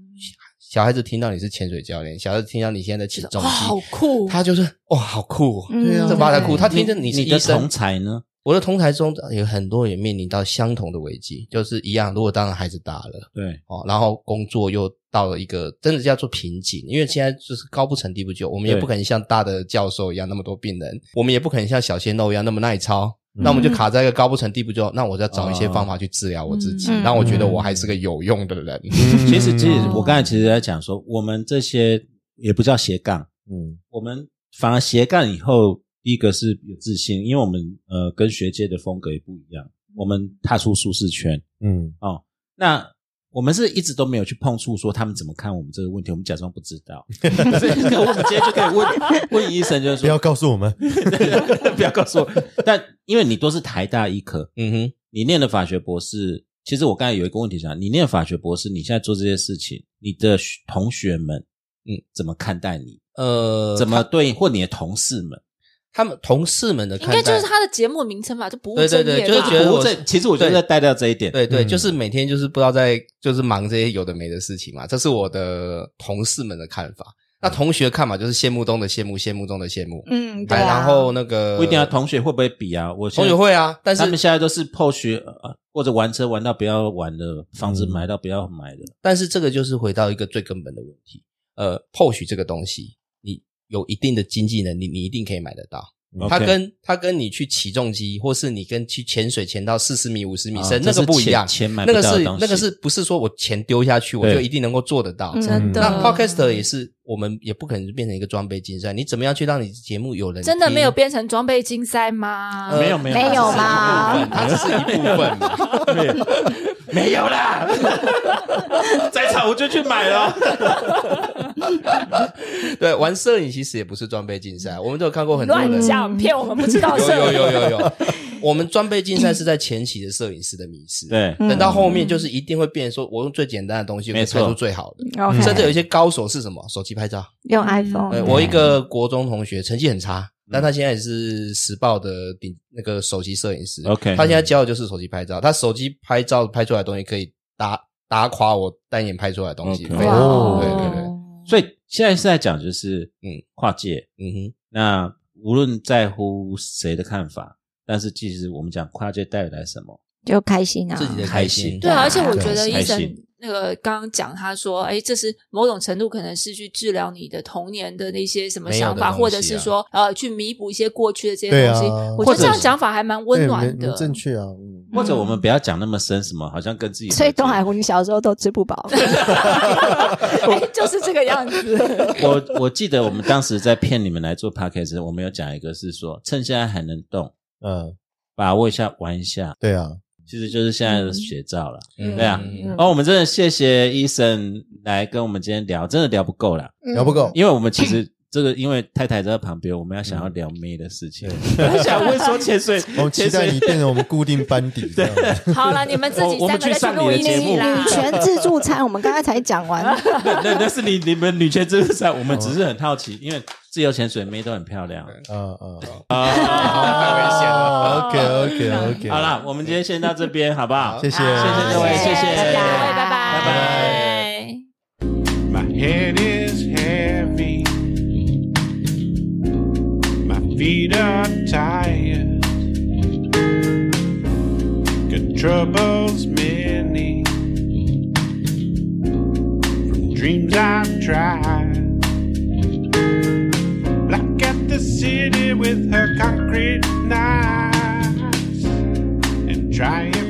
Speaker 4: 小孩子听到你是潜水教练，小孩子听到你现在在起重
Speaker 3: 哇，
Speaker 4: 机，
Speaker 3: 好酷，
Speaker 4: 他就是哇、好酷哦，
Speaker 2: 嗯对啊
Speaker 4: 这八大酷。他听着
Speaker 1: 哎你
Speaker 4: 是
Speaker 1: 你的同
Speaker 4: 医生，
Speaker 1: 才呢？
Speaker 4: 我的同台中有很多也面临到相同的危机，就是一样。如果当然孩子大了
Speaker 1: 对，
Speaker 4: 哦，然后工作又到了一个真的叫做瓶颈，因为现在就是高不成低不就，我们也
Speaker 1: 对
Speaker 4: 不可能像大的教授一样那么多病人，我们也不可能像小鲜肉一样那么耐操。那我们就
Speaker 3: 嗯
Speaker 4: 卡在一个高不成低不就，那我就要找一些
Speaker 1: 哦
Speaker 4: 方法去治疗我自己，
Speaker 2: 嗯
Speaker 4: 让我觉得我还是个有用的人。
Speaker 5: 嗯
Speaker 1: 其实其实
Speaker 3: 哦
Speaker 1: 我刚才其实在讲说，我们这些也不叫斜杠，
Speaker 5: 嗯
Speaker 1: 我们反而斜杠以后，第一个是有自信，因为我们呃跟学界的风格也不一样，我们踏出舒适圈。
Speaker 5: 嗯
Speaker 1: 那我们是一直都没有去碰触说他们怎么看我们这个问题，我们假装不知 道。可是可我们今天就可以问问医生，就是
Speaker 5: 不要
Speaker 1: 说
Speaker 5: 告诉我们，
Speaker 1: 不要告诉 我。但因为你都是台大医科，
Speaker 4: 嗯哼，
Speaker 1: 你念了法学博士，其实我刚才有一个问题想，你念法学博士，你现在做这些事情，你的学同学们，嗯，怎么看待你？
Speaker 4: 呃，
Speaker 1: 怎么对，或你的同事们？
Speaker 4: 他们同事们的
Speaker 3: 应
Speaker 4: 看待，
Speaker 3: 该就是他的节目名称吧，就不务
Speaker 4: 对对
Speaker 3: 正
Speaker 4: 对
Speaker 3: 业
Speaker 4: 就是
Speaker 3: 吧
Speaker 4: 觉得嗯
Speaker 1: 不
Speaker 4: 我
Speaker 1: 这其实我就在带到这一点。
Speaker 4: 对对，
Speaker 5: 嗯
Speaker 4: 就是每天就是不知道在就是忙这些有的没的事情嘛，这是我的同事们的看法。那同学看法就是羡慕东的羡慕，羡慕中的羡慕。
Speaker 2: 嗯，对
Speaker 4: 哎，
Speaker 2: 啊，
Speaker 4: 然后那个
Speaker 1: 不一定要同学会不会比啊？我现
Speaker 4: 同
Speaker 1: 在
Speaker 4: 学会啊，但
Speaker 1: 他们
Speaker 4: 是
Speaker 1: 现在都是破学、呃、或者玩车玩到不要玩的，房
Speaker 4: 嗯
Speaker 1: 子买到不要买的。
Speaker 4: 但是这个就是回到一个最根本的问题，呃，POS 这个东西，你有一定的经济能力，你一定可以买得到。它
Speaker 1: OK
Speaker 4: 跟它跟你去起重机，或是你跟去潜水潜到四十米、五十米
Speaker 1: 啊
Speaker 4: 深，
Speaker 1: 这
Speaker 4: 那个
Speaker 1: 是
Speaker 4: 不一
Speaker 1: 钱
Speaker 4: 样。
Speaker 1: 钱买
Speaker 4: 那
Speaker 1: 不
Speaker 4: 个
Speaker 1: 到的
Speaker 4: 是
Speaker 1: 东西
Speaker 4: 那个是不是说我钱丢下去我
Speaker 1: 对
Speaker 4: 就一定能够做得到？
Speaker 3: 真的，
Speaker 5: 嗯
Speaker 4: 那 podcaster 也是，我们也不可能变成一个装备竞赛。你怎么样去让你节目有人
Speaker 3: 真的没有
Speaker 4: 变？
Speaker 3: 变成装备竞赛吗？
Speaker 4: 呃
Speaker 1: 没有没有
Speaker 2: 没有
Speaker 1: 吧
Speaker 3: 啊
Speaker 2: 吧？
Speaker 4: 它只是一部 分嘛。
Speaker 1: 没有 没有啦， 再吵我就去买了。
Speaker 4: 对，玩摄影其实也不是装备竞赛，我们都有看过很多
Speaker 3: 乱
Speaker 4: 人。
Speaker 3: 讲骗我们不知道
Speaker 4: 有
Speaker 3: 是
Speaker 4: 有有有有，我们装备竞赛是在前期的摄影师的迷失，，
Speaker 1: 对，
Speaker 4: 等
Speaker 3: 嗯
Speaker 4: 到后面就是一定会变成说，我用最简单的东西，我可以
Speaker 1: 没错
Speaker 4: 拍出最好的。
Speaker 3: 嗯
Speaker 2: OK
Speaker 4: 甚至有一些高手是什么手机拍照，
Speaker 2: 用
Speaker 4: 嗯
Speaker 3: 哦
Speaker 4: 对
Speaker 2: iPhone，
Speaker 4: 呃我一个国中同学成绩很差，但
Speaker 1: 嗯
Speaker 4: 他现在也是时报的顶那个首席摄影师。
Speaker 1: OK
Speaker 4: 他现在教的就是手机拍照，他手机拍照拍出来的东西可以打打垮我单眼拍出来的东西。
Speaker 1: OK
Speaker 4: 对
Speaker 5: 哇哦
Speaker 4: 对对对，
Speaker 1: 所以现在是在讲就是嗯
Speaker 4: 嗯
Speaker 1: 跨界，
Speaker 4: 嗯哼，
Speaker 1: 那无论在乎谁的看法，但是其实我们讲跨界带来什么，
Speaker 2: 就开心啊，
Speaker 4: 自己的
Speaker 1: 开
Speaker 4: 开
Speaker 1: 心
Speaker 4: 心。
Speaker 3: 对啊，而且我觉
Speaker 1: 对
Speaker 3: 得
Speaker 1: 开
Speaker 3: 医
Speaker 1: 心
Speaker 3: 生那个刚刚讲，他说，哎，这是某种程度可能是去治疗你的童年的那些什么
Speaker 4: 没有的
Speaker 3: 想法，
Speaker 4: 东西啊
Speaker 3: 或者是说，呃，去弥补一些过去的这
Speaker 5: 对
Speaker 3: 些
Speaker 5: 啊
Speaker 3: 东西。我
Speaker 5: 或
Speaker 3: 觉得
Speaker 5: 者
Speaker 3: 这样讲法还蛮 温
Speaker 5: 对
Speaker 3: 暖
Speaker 5: 没
Speaker 3: 的
Speaker 5: 没。正确啊，嗯，
Speaker 1: 或者我们不要讲那么深，什么好像跟自己
Speaker 2: 所以东海
Speaker 1: 还
Speaker 2: 湖，你小时候都吃不饱，
Speaker 3: 哎 就是这个样子。
Speaker 1: 我我记得我们当时在骗你们来做 podcast，我们有讲一个是说，趁现在还能动，
Speaker 5: 嗯，
Speaker 1: 把握一下，玩一下，
Speaker 5: 对啊，
Speaker 1: 其实就是现在的写照了。
Speaker 3: 嗯
Speaker 1: 对啊
Speaker 4: 嗯
Speaker 1: 哦，我们真的谢谢医生来跟我们今天聊，真的聊不够啦，
Speaker 3: 嗯
Speaker 5: 聊不够，
Speaker 1: 因为我们其实这个因为太太在旁边，我们要想要聊妹的事情， 我想问说潜水，
Speaker 5: 嗯 我们期待
Speaker 1: 潜
Speaker 5: 你
Speaker 1: 水
Speaker 5: 变成我们固定班 底这样子。
Speaker 3: 好了，你们自己
Speaker 1: 我我
Speaker 3: 三
Speaker 1: 们
Speaker 3: 个再
Speaker 1: 去上
Speaker 3: 录
Speaker 1: 你的
Speaker 3: 一
Speaker 1: 节目
Speaker 3: 集啦
Speaker 2: 女。权自助餐，我们刚才才讲 完，
Speaker 1: 那那那是你你们女权自助
Speaker 5: 哦
Speaker 1: 餐，我们只是很好奇，因为自由潜水妹都很漂亮。
Speaker 5: 嗯嗯，
Speaker 4: 太危险了。
Speaker 5: OK OK OK，
Speaker 1: 好，啦，我们今天先到这边，好不好？
Speaker 5: 谢谢
Speaker 1: 谢各位谢谢
Speaker 3: 各位，拜拜，
Speaker 1: 拜拜。
Speaker 6: My head is heavy. My feet are tired. Got troubles many. From dreams I've tried. Black at the city with her concrete knives. And trying